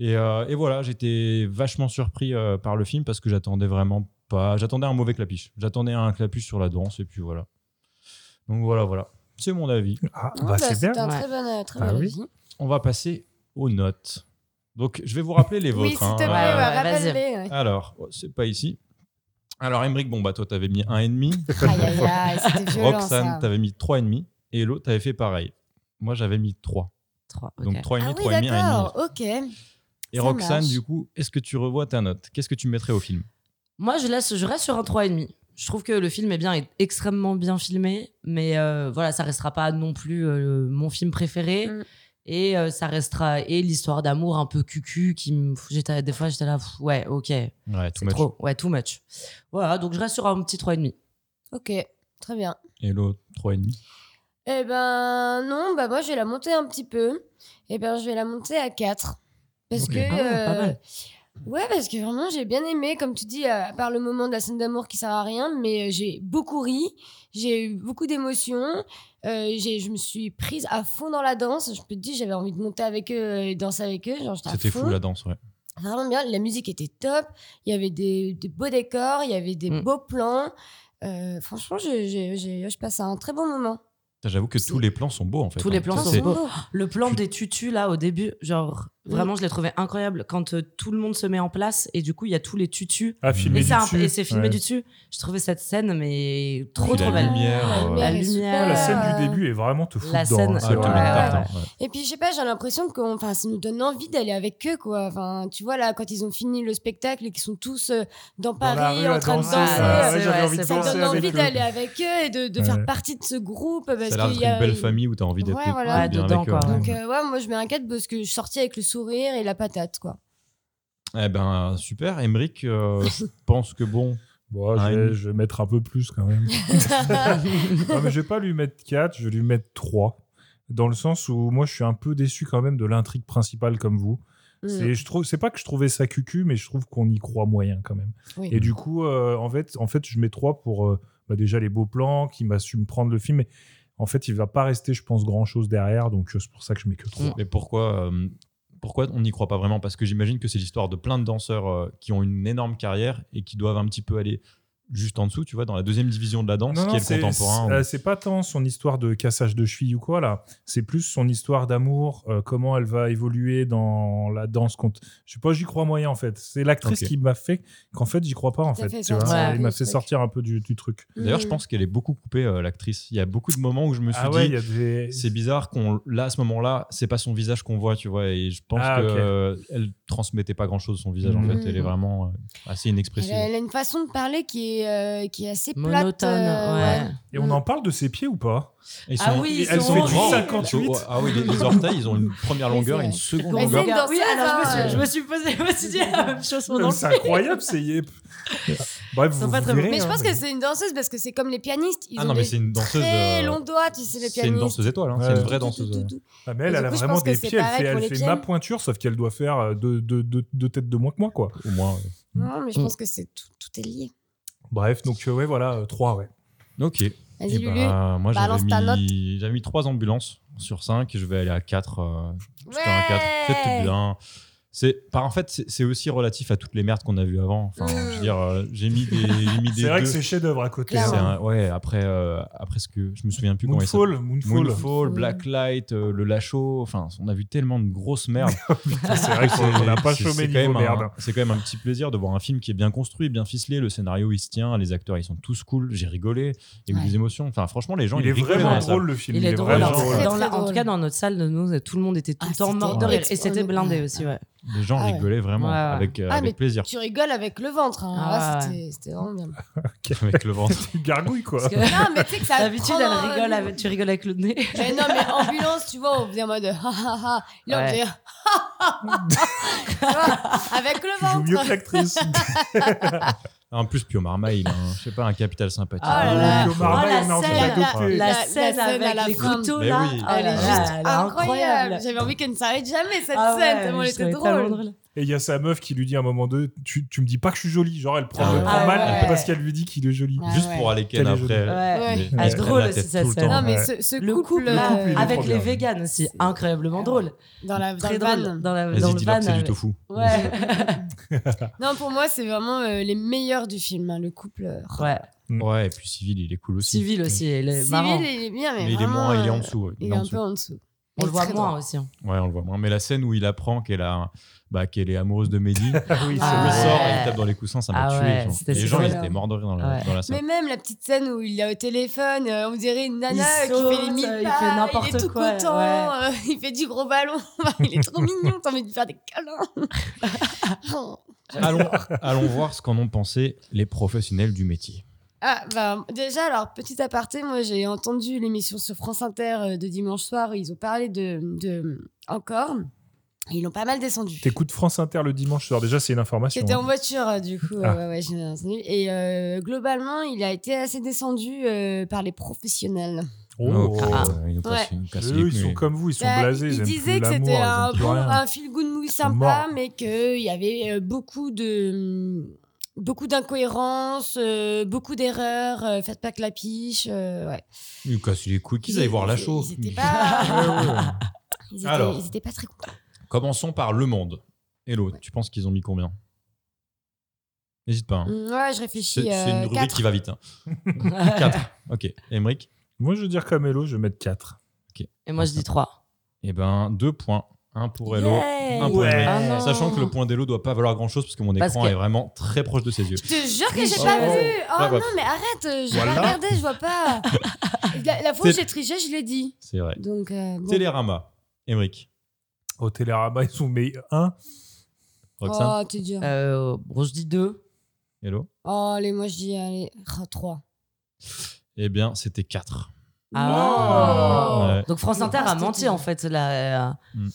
S1: Et, euh, et voilà, j'étais vachement surpris euh, par le film parce que j'attendais vraiment pas. J'attendais un mauvais clapiche. J'attendais un clapiche sur la danse, et puis voilà. Donc voilà, voilà. C'est Bah mon avis.
S10: Ah,
S2: Non,
S10: bah,
S2: bah,
S10: c'est bien.
S2: c'était un
S3: Ouais.
S2: très bon, euh, très
S10: Ah
S2: bon
S10: oui.
S2: avis.
S1: On va passer aux notes. Donc, je vais vous rappeler les vôtres.
S2: Oui, s'il te
S1: hein.
S2: plaît, ouais,
S3: ouais, ouais,
S2: rappelle-les. ouais.
S1: Alors, oh, c'est pas ici. Alors, Emmerich, bon, bah, toi, t'avais mis un et demi.
S2: Aïe, aïe, aïe, c'était violent,
S1: Roxane,
S2: ça.
S1: t'avais mis 3,5 et l'autre, t'avais fait pareil. Moi, j'avais mis 3.
S3: Trois, ok.
S1: Donc 3,5,
S2: Ah oui,
S1: 3,5, 1,5.
S2: d'accord, ok.
S1: Et
S2: ça
S1: Roxane,
S2: marche.
S1: du coup, est-ce que tu revois ta note Qu'est-ce que tu mettrais au film
S3: Moi, je, laisse, je reste sur un 3,5. Je trouve que le film est bien, est extrêmement bien filmé, mais euh, voilà, ça restera pas non plus euh, mon film préféré.
S2: Mm.
S3: Et euh, ça restera. Et l'histoire d'amour un peu cucu qui me. j'étais- Des fois, j'étais là, pff, ouais, ok, c'est
S1: Ouais, tout match.
S3: trop. Ouais, too much. Voilà, donc je reste sur un petit 3,5.
S2: Ok, très bien.
S1: Et l'autre, 3,5.
S2: Eh ben non, bah moi je vais la monter un petit peu. Eh ben je vais la monter à 4. Parce
S1: Ok.
S2: que... euh,
S3: Ah ouais, pas mal.
S2: ouais, parce que vraiment j'ai bien aimé, comme tu dis, à part le moment de la scène d'amour qui sert à rien, mais euh, j'ai beaucoup ri, j'ai eu beaucoup d'émotions, euh, j'ai- je me suis prise à fond dans la danse. Je peux te dire, j'avais envie de monter avec eux euh, et danser avec eux. genre, j'étais à
S1: C'était
S2: fond.
S1: fou la danse, ouais.
S2: vraiment bien. La musique était top. Il y avait des, des beaux décors, il y avait des
S3: Mm.
S2: beaux plans. Euh, franchement, j'ai- j'ai- j'ai- je passe un très bon moment.
S1: Putain, J'avoue que tous les plans sont beaux en fait.
S3: Tous les
S1: hein.
S3: plans
S1: Ça,
S3: sont
S1: c'est-
S3: beaux.
S2: beau.
S3: Le plan des tutus, là, au début, genre,
S2: Mm.
S3: vraiment, je l'ai trouvé incroyable. Quand euh, tout le monde se met en place et du coup, il y a tous les tutus.
S10: Ah, filmé
S3: Et,
S10: du
S3: ça, un-
S10: dessus.
S3: et c'est filmé
S10: Ouais.
S3: du dessus. Je trouvais cette scène, mais
S1: Puis
S3: trop,
S1: la
S3: trop belle.
S1: lumière,
S2: La
S1: euh,
S2: lumière
S3: La
S2: est
S3: lumière,
S2: super.
S10: La
S3: euh,
S10: scène du début est vraiment te fout
S3: la
S10: dedans.
S3: scène-
S10: hein,
S1: Ah,
S10: c'est
S1: tout le
S10: vrai.
S1: tartan, ouais.
S2: Et puis, je sais pas, j'ai l'impression que enfin, ça nous donne envie d'aller avec eux, quoi. Enfin, tu vois, là, quand ils ont fini le spectacle et qu'ils sont tous euh, dans
S10: Dans la
S2: Paris
S10: rue, à
S2: en train de
S10: danser,
S2: danser, euh,
S10: ouais,
S3: c'est
S10: ouais,
S3: vrai,
S10: j'avais envie de
S3: c'est
S2: ça
S3: vrai.
S10: danser
S2: donne
S10: avec
S2: envie
S10: eux.
S2: d'aller avec eux et de, de
S10: Ouais.
S2: faire partie de ce groupe. Parce
S1: Ça a l'air
S2: qu'il
S1: d'être
S2: y a-
S1: une belle
S2: il-
S1: famille où t'as envie d'être
S2: Ouais,
S1: d'être
S2: voilà.
S1: bien
S3: Dedans,
S1: avec eux.
S3: quoi.
S1: ouais.
S2: Donc, euh, ouais, moi, je mets un 4 parce que je suis sortie avec le sourire et la patate, quoi.
S1: Eh ben super, Emmerich, euh, je pense que bon,
S10: Bon,
S1: Ah,
S10: je, vais,
S1: une-
S10: je vais mettre un peu plus quand même. non, mais je vais pas lui mettre 4, je vais lui mettre 3. dans le sens où moi je suis un peu déçu quand même de l'intrigue principale comme vous.
S11: Mm.
S10: C'est je trouve c'est pas que je trouvais ça cucu mais je trouve qu'on y croit moyen quand même.
S11: Oui.
S10: Et du coup euh, en fait en fait je mets trois pour euh, bah, déjà les beaux plans qui m'a su me prendre le film mais en fait il va pas rester je pense grand chose derrière donc euh, c'est pour ça que je mets que trois.
S1: Mais pourquoi, euh, pourquoi on n'y croit pas vraiment Parce que j'imagine que c'est l'histoire de plein de danseurs euh, qui ont une énorme carrière et qui doivent un petit peu aller juste en dessous, tu vois, dans la deuxième division de la danse,
S10: Non,
S1: qui
S10: non,
S1: est
S10: c'est-
S1: le contemporain.
S10: c'est- euh, C'est pas tant son histoire de cassage de cheville ou quoi là. C'est plus son histoire d'amour, euh, comment elle va évoluer dans la danse. cont- Je sais pas, j'y crois moyen en fait. C'est l'actrice
S1: Ok.
S10: qui m'a fait qu'en fait j'y crois pas en
S1: T'as
S10: fait.
S1: fait
S10: tu vois.
S1: sortir un peu
S10: Elle m'a
S1: du
S10: fait
S1: truc.
S10: sortir un peu du, du truc.
S1: D'ailleurs,
S2: Mm.
S1: je pense qu'elle est beaucoup coupée, euh, l'actrice. Il y a beaucoup de moments où je me suis
S10: Ah ouais, il
S1: dit,
S10: y a des-
S1: c'est bizarre qu'on, là, à ce moment-là, c'est pas son visage qu'on voit, tu vois. Et je pense
S10: Ah,
S1: qu'elle
S10: ok.
S1: transmettait pas grand-chose, son visage, en
S10: Mhm.
S1: fait. Elle est vraiment euh, assez
S2: Elle,
S1: inexpressive.
S2: a- elle a une façon de parler qui est, euh, qui est assez plate.
S3: Monotone,
S2: euh,
S10: Et on en parle de ses pieds ou pas
S1: Ils
S2: Ah oui, ils
S10: elle
S2: sont
S10: fait du
S2: grands.
S10: 58.
S1: Ah oui, les, les orteils, ils ont une première
S10: Mais
S1: longueur
S10: c'est
S1: et une
S10: vrai.
S1: seconde
S3: Mais
S1: longueur.
S3: c'est dans- Oui, alors, je me suis- je me
S2: suis posé, je me suis dit la même chose
S10: Mais C'est incroyable, c'est. Bref, vous, vous verrez,
S2: Mais je
S10: hein,
S2: pense
S10: mais-
S2: que c'est une danseuse parce que c'est comme les pianistes. Ils
S1: Ah
S2: ont
S1: non, mais
S2: des
S1: c'est une danseuse,
S2: Très
S1: euh,
S2: longs doigts, tu sais, les pianistes.
S1: C'est une danseuse étoile, hein, c'est
S10: Ouais.
S1: une vraie danseuse. ouais.
S10: Ah, mais elle,
S2: Et du
S10: elle a
S2: coup, je
S10: vraiment
S2: pense que
S10: des
S2: c'est
S10: pieds. Elle
S2: pareil
S10: fait,
S2: pour
S10: elle
S2: les
S10: fait
S2: pieds.
S10: ma pointure, sauf qu'elle doit faire euh, deux, deux- deux- deux têtes de moins que moi, quoi.
S1: Au moins.
S2: Non, mais je
S1: Mm.
S2: pense que c'est tout, tout est lié.
S10: Bref, donc euh, ouais, voilà, euh, trois, ouais.
S1: Ok.
S2: Vas-y,
S1: Eh
S2: Lulu,
S1: ben, moi, j'avais
S2: balance ta
S1: mis, j'avais mis 3 ambulances sur 5. Je vais aller à 4. un 4.
S2: Ouais.
S1: C'est bien. C'est, par, en fait, c'est- c'est aussi relatif à toutes les merdes qu'on a vues avant. Enfin,
S2: Mm.
S1: je veux dire, euh, j'ai mis des. j'ai mis des
S10: C'est vrai que
S1: deux.
S10: c'est chef-d'œuvre à côté,
S1: C'est
S10: hein.
S1: un- ouais, après, euh, après ce que. Je me souviens plus comment il
S10: Moonfall,
S1: s'appelle.
S10: Moonfall.
S1: Moonfall, Blacklight, euh, Le Lachaud. Enfin, on a vu tellement de grosses merdes.
S10: c'est vrai qu'on n'a pas
S1: c'est-
S10: chômé
S1: c'est quand
S10: niveau
S1: même un-
S10: merde.
S1: C'est quand même un petit plaisir de voir un film qui est bien construit, bien ficelé. Le scénario, il se tient. Les acteurs, ils sont tous cool. J'ai rigolé. Il y a eu
S3: Ouais.
S1: des émotions. Enfin, franchement, les gens,
S10: Il
S1: ils
S10: est
S1: rigolaient
S10: vraiment
S1: dans la salle.
S10: drôle, le film.
S3: Il est drôle.
S10: vraiment
S3: alors,
S10: drôle.
S3: dans la-
S10: Très
S3: en tout
S10: drôle.
S3: cas, dans notre salle de nous, tout le monde était tout le temps mort de rire. Et c'était blindé aussi, ouais.
S1: Les gens
S3: Ah ouais.
S1: rigolaient vraiment
S3: Ouais, ouais.
S1: avec, euh,
S2: Ah, mais
S1: avec plaisir.
S2: Tu rigoles avec le ventre. hein.
S3: Ah
S2: Ah,
S3: ouais.
S2: c'était- C'était vraiment bien.
S1: Avec le ventre.
S10: gargouille, quoi.
S2: que- Non, mais tu sais que ça
S3: D'habitude,
S2: prend
S3: elle
S2: un-
S3: rigole avec- tu rigoles avec le nez.
S2: Mais non, mais ambulance, tu vois, on faisait en mode ha ha ha. Là, on
S3: Ouais.
S2: faisait ha ha ha. Avec le ventre.
S1: en plus, Pio Marmaille, il a un- je sais pas, un capital sympathique.
S2: Ah là là. Pio
S3: Marmaille,
S2: on a envie de la
S3: la,
S2: goûter.
S3: la
S2: La- la
S3: scène
S2: scène à
S3: avec
S2: la
S3: les
S2: fin.
S3: couteaux,
S1: Mais
S3: là.
S1: oui.
S3: Ah,
S2: Elle est juste
S3: elle est
S2: incroyable. J'avais envie qu'elle ne s'arrête jamais cette
S3: Ah
S2: scène,
S3: ouais,
S2: tellement
S3: je
S2: elle était
S3: trouvais tellement
S2: drôle.
S3: drôle.
S10: Et il y a sa meuf qui lui dit à un moment donné tu, tu me dis pas que je suis jolie. Genre, elle prend
S1: Ah
S10: le
S1: ouais.
S10: prend
S1: Ah
S10: mal
S1: ouais. Ah
S10: parce qu'elle lui dit qu'il est joli.
S1: Juste pour aller ken
S10: Qu'elle est
S1: après.
S10: jolie.
S3: Ouais.
S1: Mais-
S3: Ah,
S1: mais
S3: c'est
S1: elle
S3: drôle
S1: la
S3: aussi
S1: tête
S3: cette
S1: tout le
S3: scène.
S1: temps.
S2: Non, mais
S1: Ouais.
S2: ce, ce
S3: Le
S2: couple,
S3: couple
S2: là,
S3: là,
S2: euh,
S3: avec les véganes aussi, incroyablement drôle.
S2: Dans la-
S3: Très
S2: dans le
S3: drôle.
S2: van.
S3: Dans, la,
S1: Vas-y,
S3: dans le
S1: dis-leur
S3: van.
S1: que c'est du
S3: avec-
S1: tofu.
S3: Ouais.
S2: Non, pour moi, c'est vraiment euh, les meilleurs du film, hein, le couple. euh,
S3: ouais.
S1: Ouais, et puis Civil, il est cool aussi.
S3: Civil aussi, il est marrant.
S2: Civil, il est bien, mais,
S1: Mais il est
S2: vraiment,
S1: moins- il est en
S2: euh,
S1: dessous, ouais, il
S2: Il,
S1: est
S2: est
S1: en
S2: un
S1: dessous.
S2: peu en dessous.
S3: On
S2: Il
S3: le
S2: est
S3: voit
S2: très
S3: moins
S2: drôle.
S3: aussi. hein.
S1: Ouais, on le voit moins. Mais la scène où il apprend qu'elle a, bah, qu'elle est amoureuse de Mehdi,
S10: oui,
S1: il
S10: c'est
S2: Ah
S10: vrai.
S1: sort et il tape dans les coussins, ça m'a
S3: Ah
S1: tué.
S3: ouais,
S1: genre.
S3: c'était
S1: les gens, ils
S3: super.
S1: étaient morts de rire dans la,
S3: Ouais.
S1: dans la salle.
S2: Mais même la petite scène où il est au téléphone, euh, on dirait une nana
S3: Il
S2: euh, qui fait
S3: saute,
S2: les mille
S3: euh,
S2: pas,
S3: il fait
S2: il est
S3: n'importe
S2: tout
S3: quoi,
S2: content,
S3: ouais.
S2: euh, il fait du gros ballon, Bah, il est trop mignon, t'as envie de lui faire des Oh. câlins.
S1: Allons, allons voir ce qu'en ont pensé les professionnels du métier.
S2: Ah, bah, déjà, alors, petit aparté, moi, j'ai entendu l'émission sur France Inter euh, de dimanche soir. où Ils ont parlé de, de encore. et Ils l'ont pas mal descendu.
S10: T'écoutes France Inter le dimanche soir. Déjà, c'est une information.
S2: J'étais en
S10: hein.
S2: voiture, euh, du coup. euh,
S10: Ah.
S2: ouais, ouais, j'ai entendu. Et euh, globalement, il a été assez descendu euh, par les professionnels.
S10: Oh.
S1: Ah, ils nous cassent-
S2: Ouais.
S1: nous cassent les
S10: Eux, ils
S1: couilles.
S10: sont comme vous, ils sont
S2: Bah,
S10: blasés.
S2: ils
S10: aiment plus
S2: disaient que
S10: l'amour,
S2: c'était
S10: ils aiment
S2: un,
S10: plus
S2: bon,
S10: rien.
S2: un feel good movie
S10: sont
S2: sympa,
S10: morts.
S2: mais qu'il y avait euh, beaucoup de mm, beaucoup d'incohérences, euh, beaucoup d'erreurs. euh, faites pas que la piche. euh, ouais.
S1: Ils nous cassent les couilles qu'ils aillent voir la chose.
S2: Ils étaient pas-
S1: Ouais, ouais.
S2: Ils étaient-
S1: Alors.
S2: ils étaient pas très contents.
S1: Commençons par Le Monde. Hello, tu penses qu'ils ont mis combien N'hésite pas. hein.
S2: Mm, Ouais, je réfléchis.
S1: C'est c'est une
S2: euh,
S1: rubrique
S2: quatre.
S1: qui va vite. 4. Ok. Emmerich
S10: Moi, je veux dire comme Hello, je vais mettre 4.
S1: Ok.
S3: Et moi, je dis 3.
S1: Eh ben, 2 points. 1 pour Hello,
S3: Yeah
S1: 1 pour
S3: Ouais.
S1: Emmerich.
S3: Ah non.
S1: Sachant que le point d'Hello doit pas valoir grand chose parce que mon
S3: Parce
S1: écran
S3: que-
S1: est vraiment très proche de ses yeux.
S2: Je te jure que j'ai
S1: Oh,
S2: pas
S1: oh,
S2: vu.
S1: oh.
S2: Oh
S1: Bah, bah.
S2: non, mais arrête, euh, je
S1: Voilà.
S2: vais regarder, je vois pas. La, la fois où
S1: C'est-
S2: j'ai triché, je l'ai dit.
S1: C'est vrai.
S2: Donc, euh, bon.
S1: Télérama. Emmerich.
S10: Au Télérama, ils ont mis 1.
S2: Oh, t'es dur.
S3: Euh, bon, je dis 2.
S1: Hello.
S2: Oh, allez, moi je dis, allez, ah, 3.
S1: Eh bien, c'était 4.
S3: Ah.
S1: Ouais.
S3: Donc France Inter a menti en fait là. euh,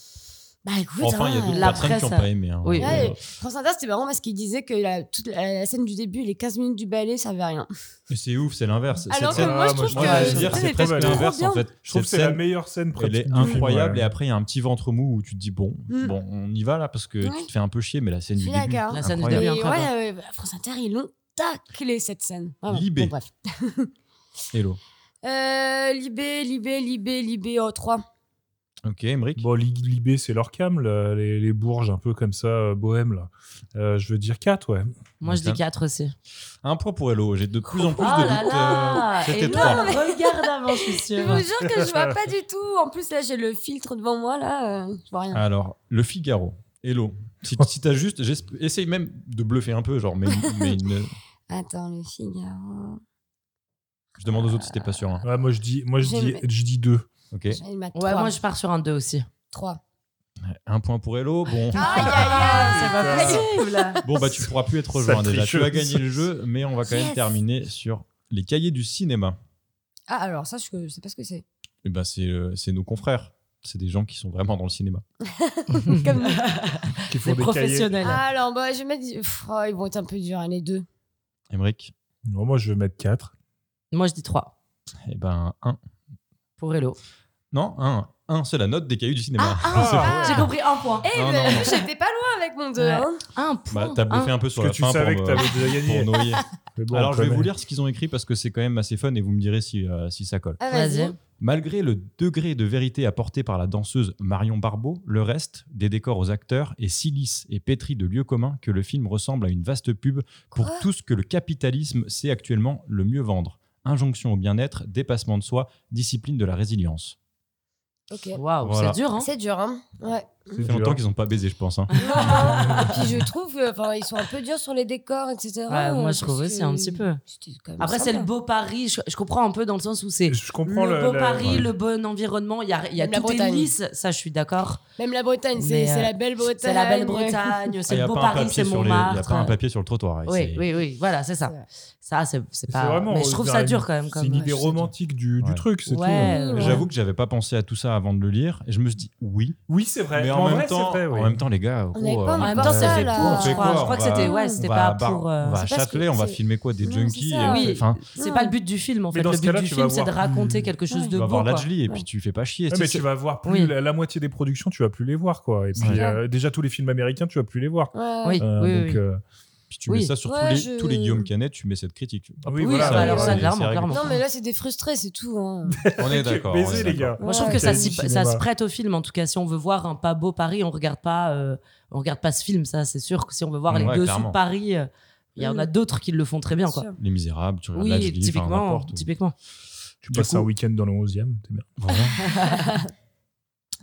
S2: Bah écoute,
S1: Enfin, il y a
S2: hein,
S1: d'autres
S2: la
S1: personnes qui
S2: presse,
S1: n'ont pas aimé. hein.
S2: Ouais,
S1: Euh,
S2: et France Inter, c'était marrant parce qu'il disait que la, toute la, la scène du début, les 15 minutes du ballet, ça servait à rien.
S1: mais c'est ouf, c'est l'inverse.
S2: Alors
S1: Cette
S2: que moi, je trouve
S1: moi, j'allais
S2: que
S1: dire,
S2: cette
S1: c'est
S2: scène
S1: presque
S2: était trop
S1: l'inverse en
S2: bien.
S1: fait.
S10: Je trouve que
S1: Cette
S10: c'est la
S1: scène,
S10: meilleure scène
S1: Elle
S10: presque
S1: est
S10: du film,
S1: incroyable
S10: ouais.
S1: et après il y a un petit ventre mou où tu te dis bon,
S2: Mm.
S1: bon, on y va là parce que
S2: Ouais.
S1: tu te fais un peu chier, mais la scène
S2: Je
S1: du
S2: suis
S1: début,
S2: d'accord.
S3: La scène du
S1: incroyable.
S2: Et
S3: Bien, incroyable.
S2: ouais, ouais, France Inter, ils l'ont taclé cette scène.
S3: ah,
S2: Vraiment.
S1: Libé.
S2: Bon, bref.
S1: Hello.
S2: Euh, Libé, Libé, Libé, Libé, oh, 3.
S1: Ok, Emmerich.
S10: Bon, Li- Libé, c'est leur cam, là, les, les bourges un peu comme ça, euh, bohème, là. Euh, je veux dire 4, ouais.
S3: Moi, je dis
S1: Ok.
S3: 4 aussi.
S1: Un point pour Hello. J'ai de plus en plus
S3: Oh
S1: de
S3: là
S1: doutes.
S3: là
S1: euh, C'était
S3: Et
S1: trois.
S3: là, regarde avant, je suis
S2: Je
S3: sûre.
S2: vous jure que je vois pas du tout. En plus, là, j'ai le filtre devant moi, là, euh, je vois rien.
S1: Alors, le Figaro. Hello. Si, si t'as juste, j'esp- essaye même de bluffer un peu, genre, mais, mais une- Ah.
S2: Attends, le Figaro.
S1: je demande aux autres si t'es pas sûr. hein.
S10: Ouais, moi, je dis, moi, je
S2: J'aime-
S10: dis, je dis 2.
S1: Ok.
S2: J'allais le mettre
S3: Ouais,
S2: 3.
S3: moi, je pars sur un 2 aussi.
S2: 3.
S1: Un point pour Hello. Bon,
S3: Ah, C'est pas possible.
S1: bon bah tu pourras plus être rejoint
S10: Ça
S1: déjà. Tu
S10: tricheuse.
S1: as gagné le jeu, mais on va quand même
S2: Yes.
S1: terminer sur les cahiers du cinéma.
S2: Ah, alors, ça, je, je sais pas ce que c'est.
S1: Et ben c'est euh, c'est nos confrères. C'est des gens qui sont vraiment dans le cinéma.
S2: Comme nous.
S10: Qu'il faut
S3: C'est
S10: des cahiers.
S3: professionnel.
S2: Alors, bah, je vais mettre. Pff, oh, ils vont être un peu durs, hein, les deux.
S1: Emmerich,
S10: Non, moi, je veux mettre 4.
S3: Moi, je dis 3
S1: eh ben un.
S3: pour Hello.
S1: Non, un. Un, c'est la note des cahiers du cinéma.
S10: Ah,
S3: J'ai compris un point.
S2: Eh,
S1: Non,
S2: ben,
S1: non, non.
S2: j'étais pas loin avec mon 2.
S3: Ouais.
S2: Hein.
S3: Un
S1: Bah,
S3: point.
S1: t'as bluffé
S3: un.
S1: un peu sur
S10: Parce
S1: la
S10: que
S1: fin
S10: tu savais
S1: pour,
S10: que
S1: me-
S10: t'avais déjà
S1: pour
S10: gagné.
S1: noyer.
S10: Mais bon,
S1: Alors je vais
S10: quand
S1: vous
S10: même.
S1: lire ce qu'ils ont écrit parce que c'est quand même assez fun et vous me direz si, euh, si ça colle.
S2: Ah,
S3: Vas-y.
S1: Malgré le degré de vérité apporté par la danseuse Marion Barbeau, le reste, des décors aux acteurs, est si lisse et pétri de lieux communs que le film ressemble à une vaste pub pour
S2: Quoi
S1: tout ce que le capitalisme sait actuellement le mieux vendre. Injonction au bien-être, dépassement de soi, discipline de la résilience.
S2: Ok.
S3: Waouh,
S1: Voilà.
S3: c'est dur, hein.
S2: C'est dur, hein. Ouais.
S1: Ça
S10: C'est
S1: fait longtemps
S10: dur.
S1: qu'ils n'ont pas baisé, je pense.
S2: Ah,
S1: hein.
S2: Et puis je trouve, euh, enfin, ils sont un peu durs sur les décors, etc.
S3: Ouais, Bah, moi, je
S2: parce
S3: trouve aussi
S2: que
S3: un petit peu.
S2: c'était quand même
S3: Après, c'est
S2: sympa.
S3: le beau Paris. Je, je comprends un peu dans le sens où c'est
S10: Je comprends
S3: le
S10: le.
S3: beau
S10: le-
S3: Paris,
S1: Ouais.
S3: le bon environnement. Il y a, il y a
S2: Même la
S3: tout est
S2: Bretagne.
S3: lisse. Ça, je suis d'accord.
S2: Même la Bretagne, c'est
S3: Mais, euh,
S2: c'est la belle Bretagne.
S3: C'est la belle Bretagne,
S1: Ah,
S3: c'est
S1: y a
S3: le beau
S1: pas un
S3: Paris,
S1: papier
S3: c'est
S1: sur les- y a
S3: Montmartre.
S1: pas un papier sur le trottoir. et
S3: Oui,
S1: c'est-
S3: oui, oui, voilà, c'est ça.
S2: C'est vrai.
S3: Ça, c'est c'est
S10: C'est
S3: pas.
S10: vraiment,
S3: Ah, mais je trouve
S10: euh,
S3: ça
S10: une-
S3: dur quand même. Comme...
S10: C'est une idée
S3: je sais
S10: romantique du, du
S1: Ouais.
S10: truc, c'est
S3: Ouais,
S10: tout.
S3: ouais.
S1: J'avoue que j'avais pas pensé à tout ça avant de le lire et je me suis dit oui.
S10: Oui, c'est vrai.
S1: mais en, même,
S10: vrai, c'est
S1: temps,
S10: vrai, oui.
S1: en même temps, les gars,
S2: On
S1: gros,
S2: avait pas
S1: euh,
S3: En
S2: envie
S3: même
S2: Bah,
S3: temps, c'est
S2: ça,
S3: fait
S2: là.
S3: pour,
S1: On
S3: je
S1: fait
S3: crois.
S1: quoi
S3: Je crois
S1: On
S3: que c'était.
S1: va-
S3: Ouais,
S1: on
S3: c'était
S1: va à
S3: pas
S1: Bar-
S3: pour. euh,
S1: On va à
S2: c'est parce que
S1: Châtelet, on va
S2: c'est-
S1: filmer quoi Des
S2: Non,
S1: junkies
S2: c'est
S1: et
S2: ça.
S1: on fait-
S3: Oui.
S1: enfin,
S3: C'est pas le but du film en
S10: Mais
S3: fait.
S10: dans
S3: Le
S10: ce
S3: but
S10: cas-là,
S3: du
S10: tu
S3: film,
S10: vas
S3: c'est de
S10: voir-
S3: raconter quelque chose
S2: Ouais.
S3: de
S1: tu vas
S3: beau.
S1: voir
S3: quoi.
S1: l'Adjli et
S2: Ouais.
S1: puis tu fais pas chier.
S10: Ouais,
S1: tu
S10: mais
S1: sais,
S10: tu vas voir plus
S3: Oui.
S10: la, la moitié des productions, tu vas plus les voir quoi. Et
S2: C'est
S10: puis
S2: clair.
S10: euh, déjà tous les films américains, tu vas plus les voir.
S2: Ouais.
S3: Oui,
S10: Euh,
S3: oui,
S10: donc,
S3: oui.
S10: euh,
S1: Puis tu
S3: Oui.
S1: mets ça sur
S2: Ouais,
S1: tous, les,
S2: je-
S1: tous les Guillaume Canet, tu mets cette critique. Hop,
S10: Oui,
S3: Oui,
S10: voilà,
S3: bah, alors
S1: c'est-
S3: ça,
S1: c'est
S3: clairement,
S1: réglé.
S3: clairement.
S2: Non, mais là, c'est des frustrés, c'est tout. hein.
S1: On est d'accord. on est
S10: Baiser, les
S1: d'accord.
S10: gars.
S3: Moi, je trouve
S2: Ouais.
S3: que ça,
S10: Quasi
S3: s'y-
S10: cinéma.
S3: ça se prête au film, en tout cas. Si on veut voir un pas beau Paris, on regarde pas, euh, on regarde pas ce film, ça, c'est sûr. Que si on veut voir les
S1: Ouais,
S3: dessous
S1: clairement.
S3: de Paris, euh, il y en a d'autres qui le font très bien, quoi.
S2: Sûr.
S1: Les Misérables, tu regardes
S3: Oui,
S1: l'Adjli, enfin,
S3: typiquement,
S1: n'importe où.
S3: typiquement.
S10: Tu
S1: Du
S10: passes
S1: coup-
S10: un week-end dans le 11e, t'es bien.
S1: Vraiment.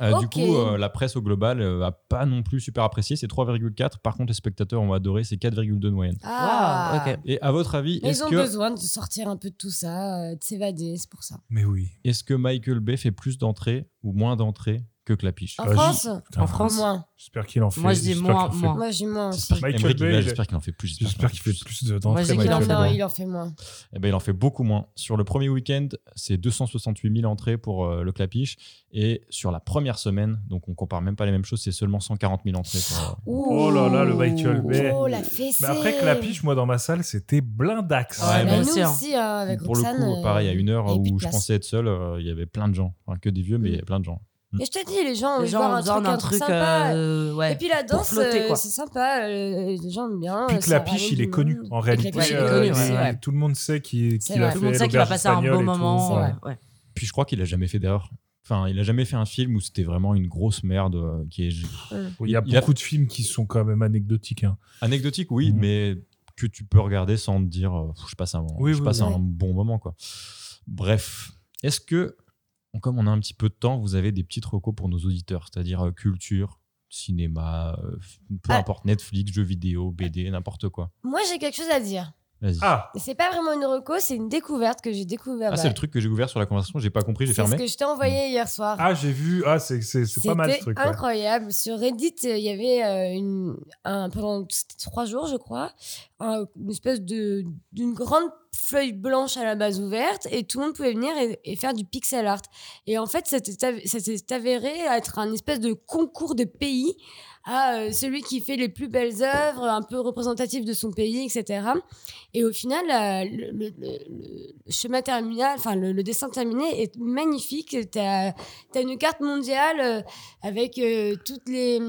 S1: Euh, Du
S2: Ok.
S1: coup, euh, la presse au global euh, a pas non plus super apprécié. C'est 3,4. Par contre, les spectateurs ont adoré. C'est 4,2 de moyenne.
S3: Waouh, ok.
S1: Et à votre avis,
S2: Ah. Mais Ils
S1: est-ce
S2: ont
S1: que,
S2: besoin de sortir un peu de tout ça, euh, de s'évader, c'est pour ça.
S10: Mais oui.
S1: est que Michael Bay fait plus d'entrées ou moins d'entrées que Clapiche
S2: En
S10: Ah,
S2: France
S10: Putain,
S3: En France
S2: Moins.
S10: J'espère qu'il en fait.
S3: Moi, je dis
S10: j'espère
S3: moins,
S10: qu'il en fait-
S3: moins.
S2: Moi, j'ai moins aussi.
S1: J'espère
S10: Michael
S1: qu'Emeric, il est là,
S10: Bay,
S1: j'espère qu'il en fait plus.
S10: J'espère qu'il fait plus de temps.
S3: Moi, je dis
S2: Il en,
S3: Michael
S2: fait,
S3: Bay.
S2: il en fait moins.
S1: Eh ben, il en fait beaucoup moins. Sur le premier week-end, c'est 268 000 entrées pour euh, le clapiche. Et sur la première semaine, donc on compare même pas les mêmes choses, c'est seulement 140 000 entrées. pour,
S2: bah,
S1: euh,
S10: Oh là là, le Michael Bay.
S2: Oh, la fessée.
S10: Mais après que la piche, moi, dans ma salle, c'était blindax.
S3: Ouais,
S2: Mais
S3: moi
S2: nous
S3: aussi, hein.
S2: aussi, hein, avec
S1: pour le
S2: Roxane.
S1: coup,
S2: euh,
S1: pareil, à une heure
S2: il y avait plus de
S1: où je
S2: place. Mm.
S1: pensais être seul, euh, il y avait plein de gens. Enfin, que des vieux, mais il y avait plein de gens.
S2: Et je te dis, les gens ont envie de
S3: Les gens
S2: voir
S3: ont
S2: un
S3: besoin
S2: truc,
S3: d'un
S2: un truc
S3: truc,
S2: sympa.
S3: euh, ouais.
S2: Et puis la
S3: pour
S2: danse,
S3: flotter,
S2: euh,
S3: quoi.
S2: c'est sympa. euh, les gens aiment bien.
S10: Puis
S2: euh,
S10: que
S2: ça
S10: la
S2: ramène
S10: piche, il
S2: du
S10: est connu.
S2: monde. Puis
S10: En
S2: que
S10: réalité,
S2: la piche, il est
S10: euh,
S3: connu,
S10: il-
S3: ouais, ouais.
S10: tout le monde sait qu'il
S2: C'est
S10: qu'il a
S1: Bah,
S2: vrai.
S10: fait
S3: Tout le monde sait qu'il va
S10: l'auberge
S3: passer un
S10: espagnole
S3: beau
S10: et tout.
S3: moment.
S2: ouais.
S3: ouais, ouais.
S1: Puis je crois qu'il a jamais fait d'erreur. Enfin, il a jamais fait un film où c'était vraiment une grosse merde euh, qui est
S10: Il y a
S1: Il a-
S10: beaucoup de films qui sont quand même anecdotiques. hein.
S1: anecdotique, oui,
S10: Mm.
S1: mais que tu peux regarder sans te dire euh, Pff, je passe un,
S10: Oui,
S1: je
S10: oui,
S1: passe
S2: oui.
S1: un bon moment. quoi. Bref, est-ce que, comme on a un petit peu de temps, vous avez des petites recos pour nos auditeurs, c'est-à-dire euh, culture, cinéma, euh, f- peu
S2: Ah.
S1: importe, Netflix, jeux vidéo, BD, n'importe quoi.
S2: Moi, j'ai quelque chose à dire.
S1: Vas-y. Ah,
S10: Ah,
S2: C'est pas vraiment une reco, c'est une découverte que j'ai découverte.
S1: c'est le truc que j'ai ouvert sur la conversation, j'ai pas compris, j'ai
S2: Ah, bah. C'est ce
S1: fermé.
S2: que je t'ai envoyé hier soir.
S10: ah j'ai vu. Ah, c'est- c'est c'est pas mal ce
S2: C'était
S10: truc. ouais.
S2: incroyable. Sur Reddit, euh, il y avait euh, une, un, pendant t- trois jours, je crois, un- une espèce de d'une grande feuille blanche à la base ouverte et tout le monde pouvait venir et, et faire du pixel art. Et en fait, ça s'est av- ça s'est avéré être un espèce de concours de pays à euh, celui qui fait les plus belles œuvres, un peu représentatives de son pays, etc. Et au final, la- le, le- le- le schéma terminal, enfin le, le dessin terminé est magnifique. T'as as une carte mondiale euh, avec euh, toutes les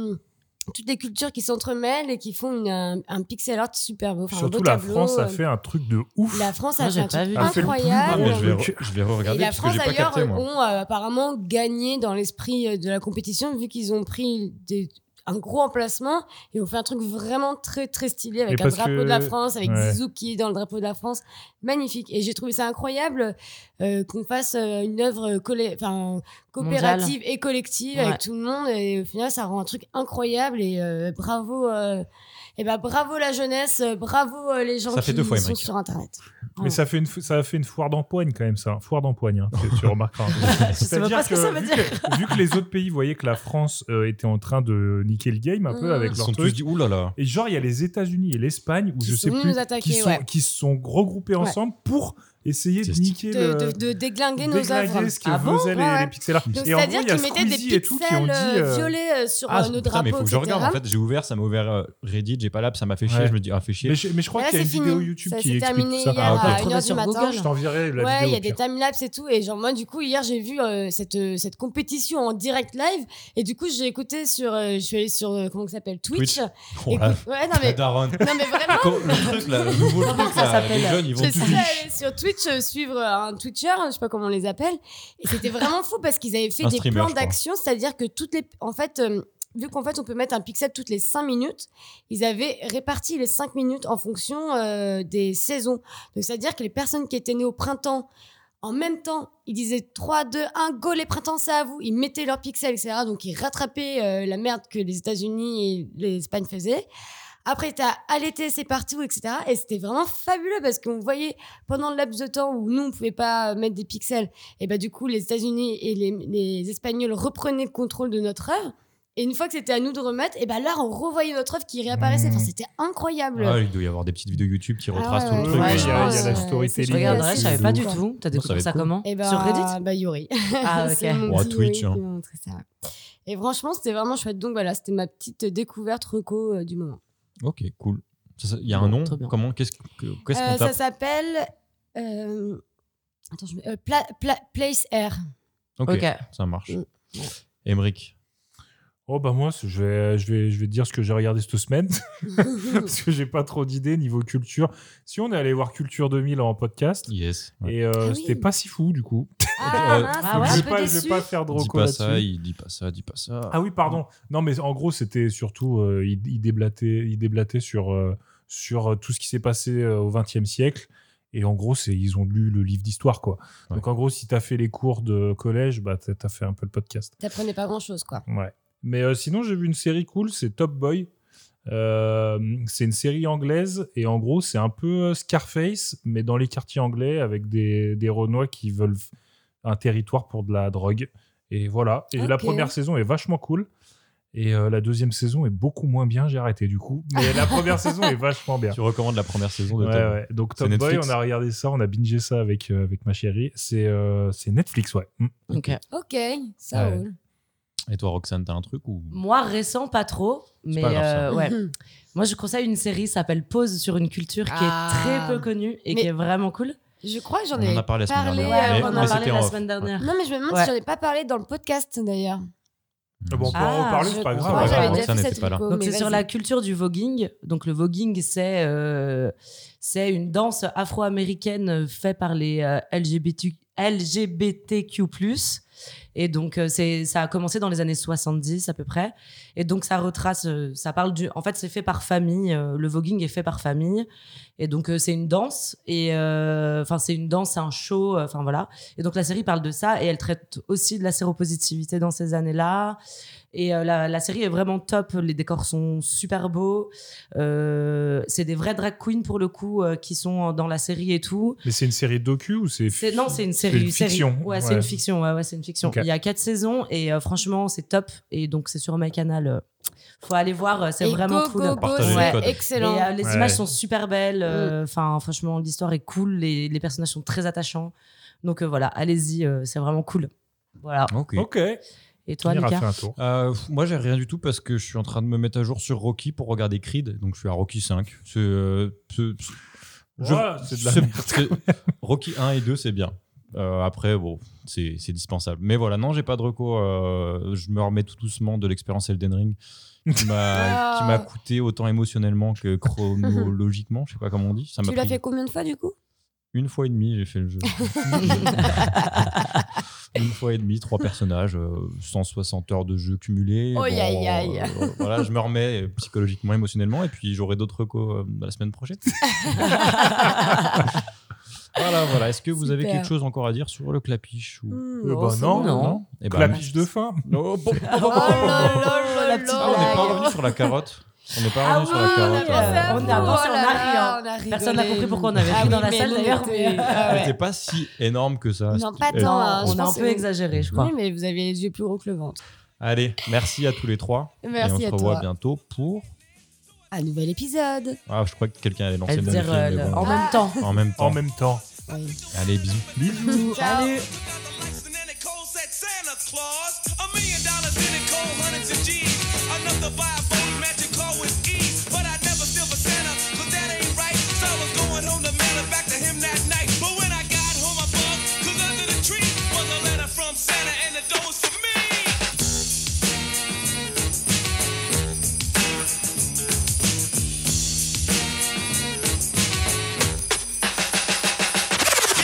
S2: toutes les cultures qui s'entremêlent et qui font une, un, un pixel art super beau. Enfin, un
S10: Surtout
S2: beau
S10: la
S2: tableau,
S10: France a
S2: euh,
S10: fait un truc de ouf.
S2: La France a
S3: Moi,
S2: fait un
S3: j'ai pas
S2: truc
S3: vu.
S1: Ah, c'est le plus
S2: incroyable.
S1: beau, mais je vais,
S10: truc.
S1: re- je vais
S2: Et
S1: regarder
S2: la
S1: parce que
S2: France
S1: j'ai pas
S2: d'ailleurs
S1: capté moi.
S2: ont euh, apparemment gagné dans l'esprit euh, de la compétition vu qu'ils ont pris des- un gros emplacement et ont fait un truc vraiment très très stylé avec
S10: Mais
S2: un
S10: parce
S2: drapeau
S10: que-
S2: de la France, avec
S10: ouais.
S2: Zizou qui est dans le drapeau de la France, magnifique. Et j'ai trouvé ça incroyable euh, qu'on fasse euh, une œuvre collé- enfin, coopérative et collective
S3: Ouais.
S2: avec tout le monde et au final ça rend un truc incroyable et euh, bravo. et ben bravo la jeunesse, euh, bravo euh, les gens
S1: Ça fait
S2: qui
S1: deux fois,
S2: sont
S1: Émeric.
S2: sur internet.
S10: Mais ça fait, une, fou- ça a fait une foire d'empoigne quand même, ça. Foire d'empoigne, hein, tu, tu remarqueras.
S3: sais même pas ce que ça veut
S10: vu
S3: dire.
S10: que- vu que les autres pays voyaient que la France euh, était en train de niquer le game un peu
S2: Mhm.
S10: avec
S1: Ils se
S10: leur
S1: sont tous
S10: truc.
S1: dit ouh là
S2: euh,
S1: là.
S10: Et genre, il y a les États-Unis et l'Espagne, où
S2: Qui
S10: je
S2: sont
S10: sais
S2: venus
S10: plus,
S2: nous attaquer,
S10: qui, sont,
S2: ouais.
S10: qui se sont regroupés ensemble pour essayer de
S1: C'est-
S10: niquer
S2: de,
S10: le.
S2: de, de déglinguer nos
S10: euh, déglinguer
S2: œuvres.
S10: ce que
S3: Ah bon
S10: faisaient les,
S2: Ouais, ouais.
S10: les pixel arts.
S2: Donc
S10: Et en
S2: c'est-à-dire
S10: gros, il y a
S2: qu'ils mettaient des
S10: Squeezie et tout qui ont
S2: pixels
S10: dit.
S2: euh,
S10: euh,
S2: violets euh, sur
S1: Ah,
S2: euh, nos
S1: putain, mais
S2: drapeaux,
S1: faut que je
S2: etc.
S1: regarde. En fait, j'ai ouvert, ça m'a ouvert euh, Reddit, j'ai pas l'app, ça m'a fait chier.
S10: Ouais.
S1: Je me dis, ah, fait chier.
S10: Mais je, mais je crois
S2: Mais là,
S10: qu'il y a une
S2: c'est
S10: vidéo
S2: fini.
S10: YouTube
S2: Ça,
S10: qui
S2: c'est
S10: explique
S2: terminé
S10: tout ça.
S2: hier
S10: Ah,
S2: à
S10: ok.
S3: retrouver
S2: 1h du
S3: sur
S2: matin.
S3: Google.
S10: Je t'enverrai la
S2: Ouais,
S10: vidéo.
S2: il y a
S10: au
S2: des
S10: pire.
S2: timelapses et tout. Et genre, moi, du coup, hier, j'ai vu euh, cette, euh, cette compétition en direct live. Et du coup, j'ai écouté sur. euh, je suis allée sur. euh, comment ça s'appelle Twitch.
S1: Twitch. Oh, la-
S2: Écoute- Ouais, non,
S1: la
S2: mais,
S1: daronne.
S2: non, mais vraiment.
S1: Ah, Quand- Le truc, là, le nouveau
S3: Comment
S1: truc,
S3: ça
S1: là, les
S3: s'appelle
S1: jeunes, ils vont
S2: Je
S1: tout
S2: suis allée sur Twitch euh, suivre euh, un Twitcher, hein, je sais pas comment on les appelle, et c'était vraiment fou parce qu'ils avaient fait
S1: Un
S2: des
S1: streamer, je
S2: plans
S1: crois.
S2: d'action, c'est-à-dire que toutes les, en fait, euh, vu qu'en fait on peut mettre un pixel toutes les 5 minutes, ils avaient réparti les 5 minutes en fonction euh, des saisons. Donc c'est-à-dire que les personnes qui étaient nées au printemps en même temps, ils disaient 3, 2, 1, go les printemps, c'est à vous. Ils mettaient leurs pixels, etc. Donc ils rattrapaient euh, la merde que les États-Unis et l'Espagne faisaient. Après, t'as allaité, c'est partout, etc. Et c'était vraiment fabuleux parce qu'on voyait pendant le laps de temps où nous, on pouvait pas euh, mettre des pixels, et bah du coup, les États-Unis et les, les Espagnols reprenaient le contrôle de notre œuvre. Et une fois que c'était à nous de remettre, et bah là, on revoyait notre œuvre qui réapparaissait. Enfin, c'était incroyable.
S1: Ah, il doit y avoir des petites vidéos YouTube qui
S2: Ah ouais,
S1: retracent tout
S2: ouais,
S1: le truc.
S3: ouais,
S1: quoi.
S3: il y a- il y a
S10: la
S2: euh,
S10: storytelling.
S3: Je
S2: c'est
S3: regarderai, je savais pas
S1: de
S3: du
S1: ouf.
S3: tout. T'as
S1: Non, ça va
S3: découvert
S1: être
S3: ça
S1: cool.
S3: comment
S2: Eh ben,
S3: Sur Reddit
S2: Bah, Yuri.
S3: Ah, ok.
S2: C'est mon
S1: Ou à
S2: petit
S1: Twitch,
S2: Yuri qui
S1: hein.
S2: m'a montré ça. Et franchement, c'était vraiment chouette. Donc voilà, c'était ma petite découverte reco euh, du moment.
S1: Ok, cool. Ça, ça- Il y a
S3: Bon,
S1: un nom
S3: très bien.
S1: Comment Qu'est-ce que- qu'est-ce
S2: Euh,
S1: qu'on
S2: ça
S1: tape
S2: s'appelle. euh, Attends, je mets- euh, Pla- Pla- Place Air.
S1: Ok,
S3: Ok. Ah
S1: ça marche.
S2: Mm.
S1: Emric.
S10: Oh bah moi, c'est- je vais, je vais, je vais te dire ce que j'ai regardé cette semaine parce que j'ai pas trop d'idées niveau culture. Si on est allé voir Culture 2000 en podcast
S1: Yes. ouais.
S10: et euh,
S2: Ah oui.
S10: c'était pas si fou du coup.
S1: Ah,
S2: mince,
S3: ah ouais,
S10: je
S3: un
S10: vais
S3: peu
S10: pas, je
S3: déçu.
S10: vais pas faire de
S1: Dis
S10: reco
S1: pas ça,
S10: là-dessus.
S1: il dit pas ça, dis pas ça.
S10: Ah oui, pardon. Non mais en gros, c'était surtout euh, il, il déblatait, il déblatait sur euh, sur euh, tout ce qui s'est passé euh, au XXe siècle. Et en gros, c'est ils ont lu le livre d'histoire quoi. Donc en gros, si t'as fait les cours de collège, bah t'as t'as fait un peu le podcast.
S2: T'apprenais pas grand chose, quoi.
S10: Ouais. Mais euh, sinon, j'ai vu une série cool, c'est Top Boy. Euh, c'est une série anglaise et en gros, c'est un peu euh, Scarface, mais dans les quartiers anglais avec des, des Renois qui veulent f- un territoire pour de la drogue. Et voilà. Et la
S2: Ok.
S10: première saison est vachement cool. Et euh, la deuxième saison est beaucoup moins bien, j'ai arrêté du coup. Mais la première saison est vachement bien.
S1: Tu recommandes la première saison de
S10: Ouais,
S1: Tom.
S10: ouais. Donc
S1: C'est
S10: Top Boy,
S1: Netflix
S10: on a regardé ça, on a bingé ça avec, euh, avec ma chérie. C'est euh, c'est Netflix, ouais. Mm.
S3: Ok.
S2: Ok, ça
S1: Ouais.
S2: roule.
S1: Et toi, Roxane, t'as un truc ou Mm.
S3: Moi, récent, pas trop. Mais
S1: pas grave, ça.
S3: euh, ouais. Moi, je conseille une série qui s'appelle Pause sur une culture qui est
S2: Ah.
S3: très peu connue et
S2: Mais-
S3: qui est vraiment cool.
S2: Je crois que j'en
S1: On
S2: ai.
S1: en a parlé la semaine
S2: parlé,
S1: dernière.
S2: euh,
S1: mais-
S2: on en
S1: mais
S2: a
S1: c'était
S3: parlé la
S1: en-
S3: semaine dernière.
S2: Non, mais je me demande
S3: Ouais.
S2: si j'en ai pas parlé dans le podcast d'ailleurs.
S1: Ouais.
S10: Bon, on peut en
S3: Ah,
S10: reparler,
S2: je
S10: c'est
S1: crois
S10: pas grave.
S1: que
S2: Moi,
S1: ouais,
S2: j'avais
S1: ouais,
S2: déjà
S1: ça
S2: fait
S1: n'était
S2: cette
S1: pas là.
S2: reco,
S3: Donc
S2: mais
S3: c'est sur
S2: vas-y.
S3: la culture du voguing. Donc le voguing, c'est euh, c'est une danse afro-américaine euh, faite par les euh, LGBTQ, LGBTQ+. Et donc euh, c'est ça a commencé dans les années 70 à peu près. Et donc ça retrace, euh, ça parle du. En fait, c'est fait par famille. euh, le voguing est fait par famille. Et donc euh, c'est une danse. Et euh, enfin c'est une danse, c'est un show. euh, Enfin voilà. Et donc la série parle de ça et elle traite aussi de la séropositivité dans ces années-là. Et euh, la, la série est vraiment top. Les décors sont super beaux. Euh, c'est des vrais drag queens pour le coup euh, qui sont dans la série et tout.
S10: Mais c'est une série docu ou c'est
S3: C'est- non, c'est une série.
S10: une
S3: série.
S10: fiction.
S3: Ouais, c'est une fiction. Ouais, ouais, c'est une fiction.
S10: Ok.
S3: Il y a quatre saisons et euh, franchement, c'est top. Et donc, c'est sur MyCanal. euh, faut aller voir, euh, c'est
S2: Et
S3: vraiment
S2: go,
S3: cool.
S2: go, go, Partagez les ouais, codes. excellent. Mm.
S3: Et,
S1: Ah,
S3: euh, les
S2: Ouais.
S3: images sont super belles. euh, Enfin, franchement, l'histoire est cool. Les, les personnages sont très attachants. Donc euh, voilà, allez-y, euh, c'est vraiment cool. Voilà.
S1: Ok.
S10: Oh.
S3: Et toi, Lucas
S1: Euh, pff, Moi, j'ai rien du tout parce que je suis en train de me mettre à jour sur Rocky pour regarder Creed. Donc, je suis à Rocky 5. C'est. euh, c'est- c'est-
S10: Ouah, c'est de la
S1: c'est-
S10: merde.
S1: c'est- Rocky 1 et 2, c'est bien. Euh, après, bon, c'est c'est dispensable. Mais voilà, non, j'ai pas de recours. je me remets tout doucement de l'expérience Elden Ring qui
S2: Ah.
S1: m'a qui m'a coûté autant émotionnellement que chronologiquement. Je sais pas comment on dit. Ça m'a
S2: Tu l'as
S1: pris
S2: fait combien de fois du coup
S1: une fois et demie, j'ai fait le jeu. une fois et demie, trois personnages, euh, 160 heures de jeu cumulées.
S2: Oh, aïe, aïe.
S1: euh, voilà, je me remets euh, psychologiquement, émotionnellement, et puis j'aurai d'autres recos euh, la semaine prochaine. voilà, voilà. Est-ce que vous avez
S10: Super.
S1: quelque chose encore à dire sur le clapiche ou...
S10: Eh ben c'est non, bon. non.
S1: Eh
S10: Clapiche de fin.
S1: Non, Oh, bon, bon,
S2: Oh,
S1: bon, bon,
S2: la
S1: bon. Ah, on n'est
S2: oh,
S1: pas revenu sur la carotte. On n'est pas
S3: Ah
S1: revenu sur la
S3: oui, on a
S1: carotte.
S3: pensé à
S1: euh,
S3: vous. On a pensé, on a ri, hein.
S2: Oh on a rigolé.
S3: Personne n'a compris pourquoi on avait
S2: Ah
S3: ri dans
S2: oui,
S3: la
S2: mais
S3: salle
S2: nous,
S3: d'ailleurs.
S2: on
S3: mais-
S2: était- ah
S1: Elle
S2: ouais.
S1: n'était pas si énorme que ça.
S2: Non, pas
S1: Elle-
S2: tant. hein,
S3: on
S2: je
S3: a
S2: pense
S3: un peu
S2: que-
S3: exagéré, je crois.
S2: Oui, mais vous avez les yeux plus gros que le ventre.
S1: Allez, merci à tous les trois.
S2: Merci
S1: Et on se
S2: à
S1: revoit
S2: toi.
S1: bientôt pour.
S2: Un nouvel épisode.
S1: Ah, je crois que quelqu'un allait lancer
S3: Elle
S1: mon
S3: dire,
S1: film,
S3: euh,
S1: mais
S3: le-
S1: bon.
S3: en même temps.
S1: En même temps.
S10: En même temps.
S1: Allez, bisous.
S3: Bisous. Salut.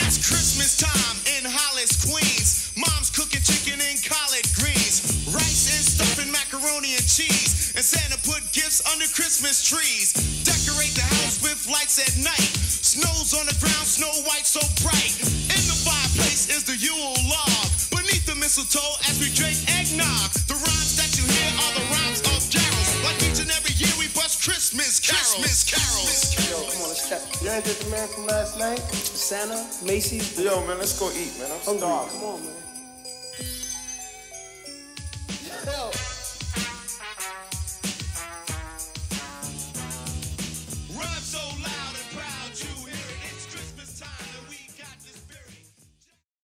S11: It's Christmas time in Hollis, Queens. Mom's cooking chicken and collard greens, rice and stuffing macaroni and cheese. And Santa put gifts under Christmas trees. Decorate the house with lights at night. Snow's on the ground, snow white so bright. In the fireplace is the Yule log. Beneath the mistletoe as we drink eggnog. The rhymes that you hear are the rhymes of carols. Like each and every year we bust Christmas carols. Christmas carols.
S12: Come on, let's step. You ain't did the man from last night? Santa, Macy's. Yo, man, let's go eat, man. I'm starving. Come on, man.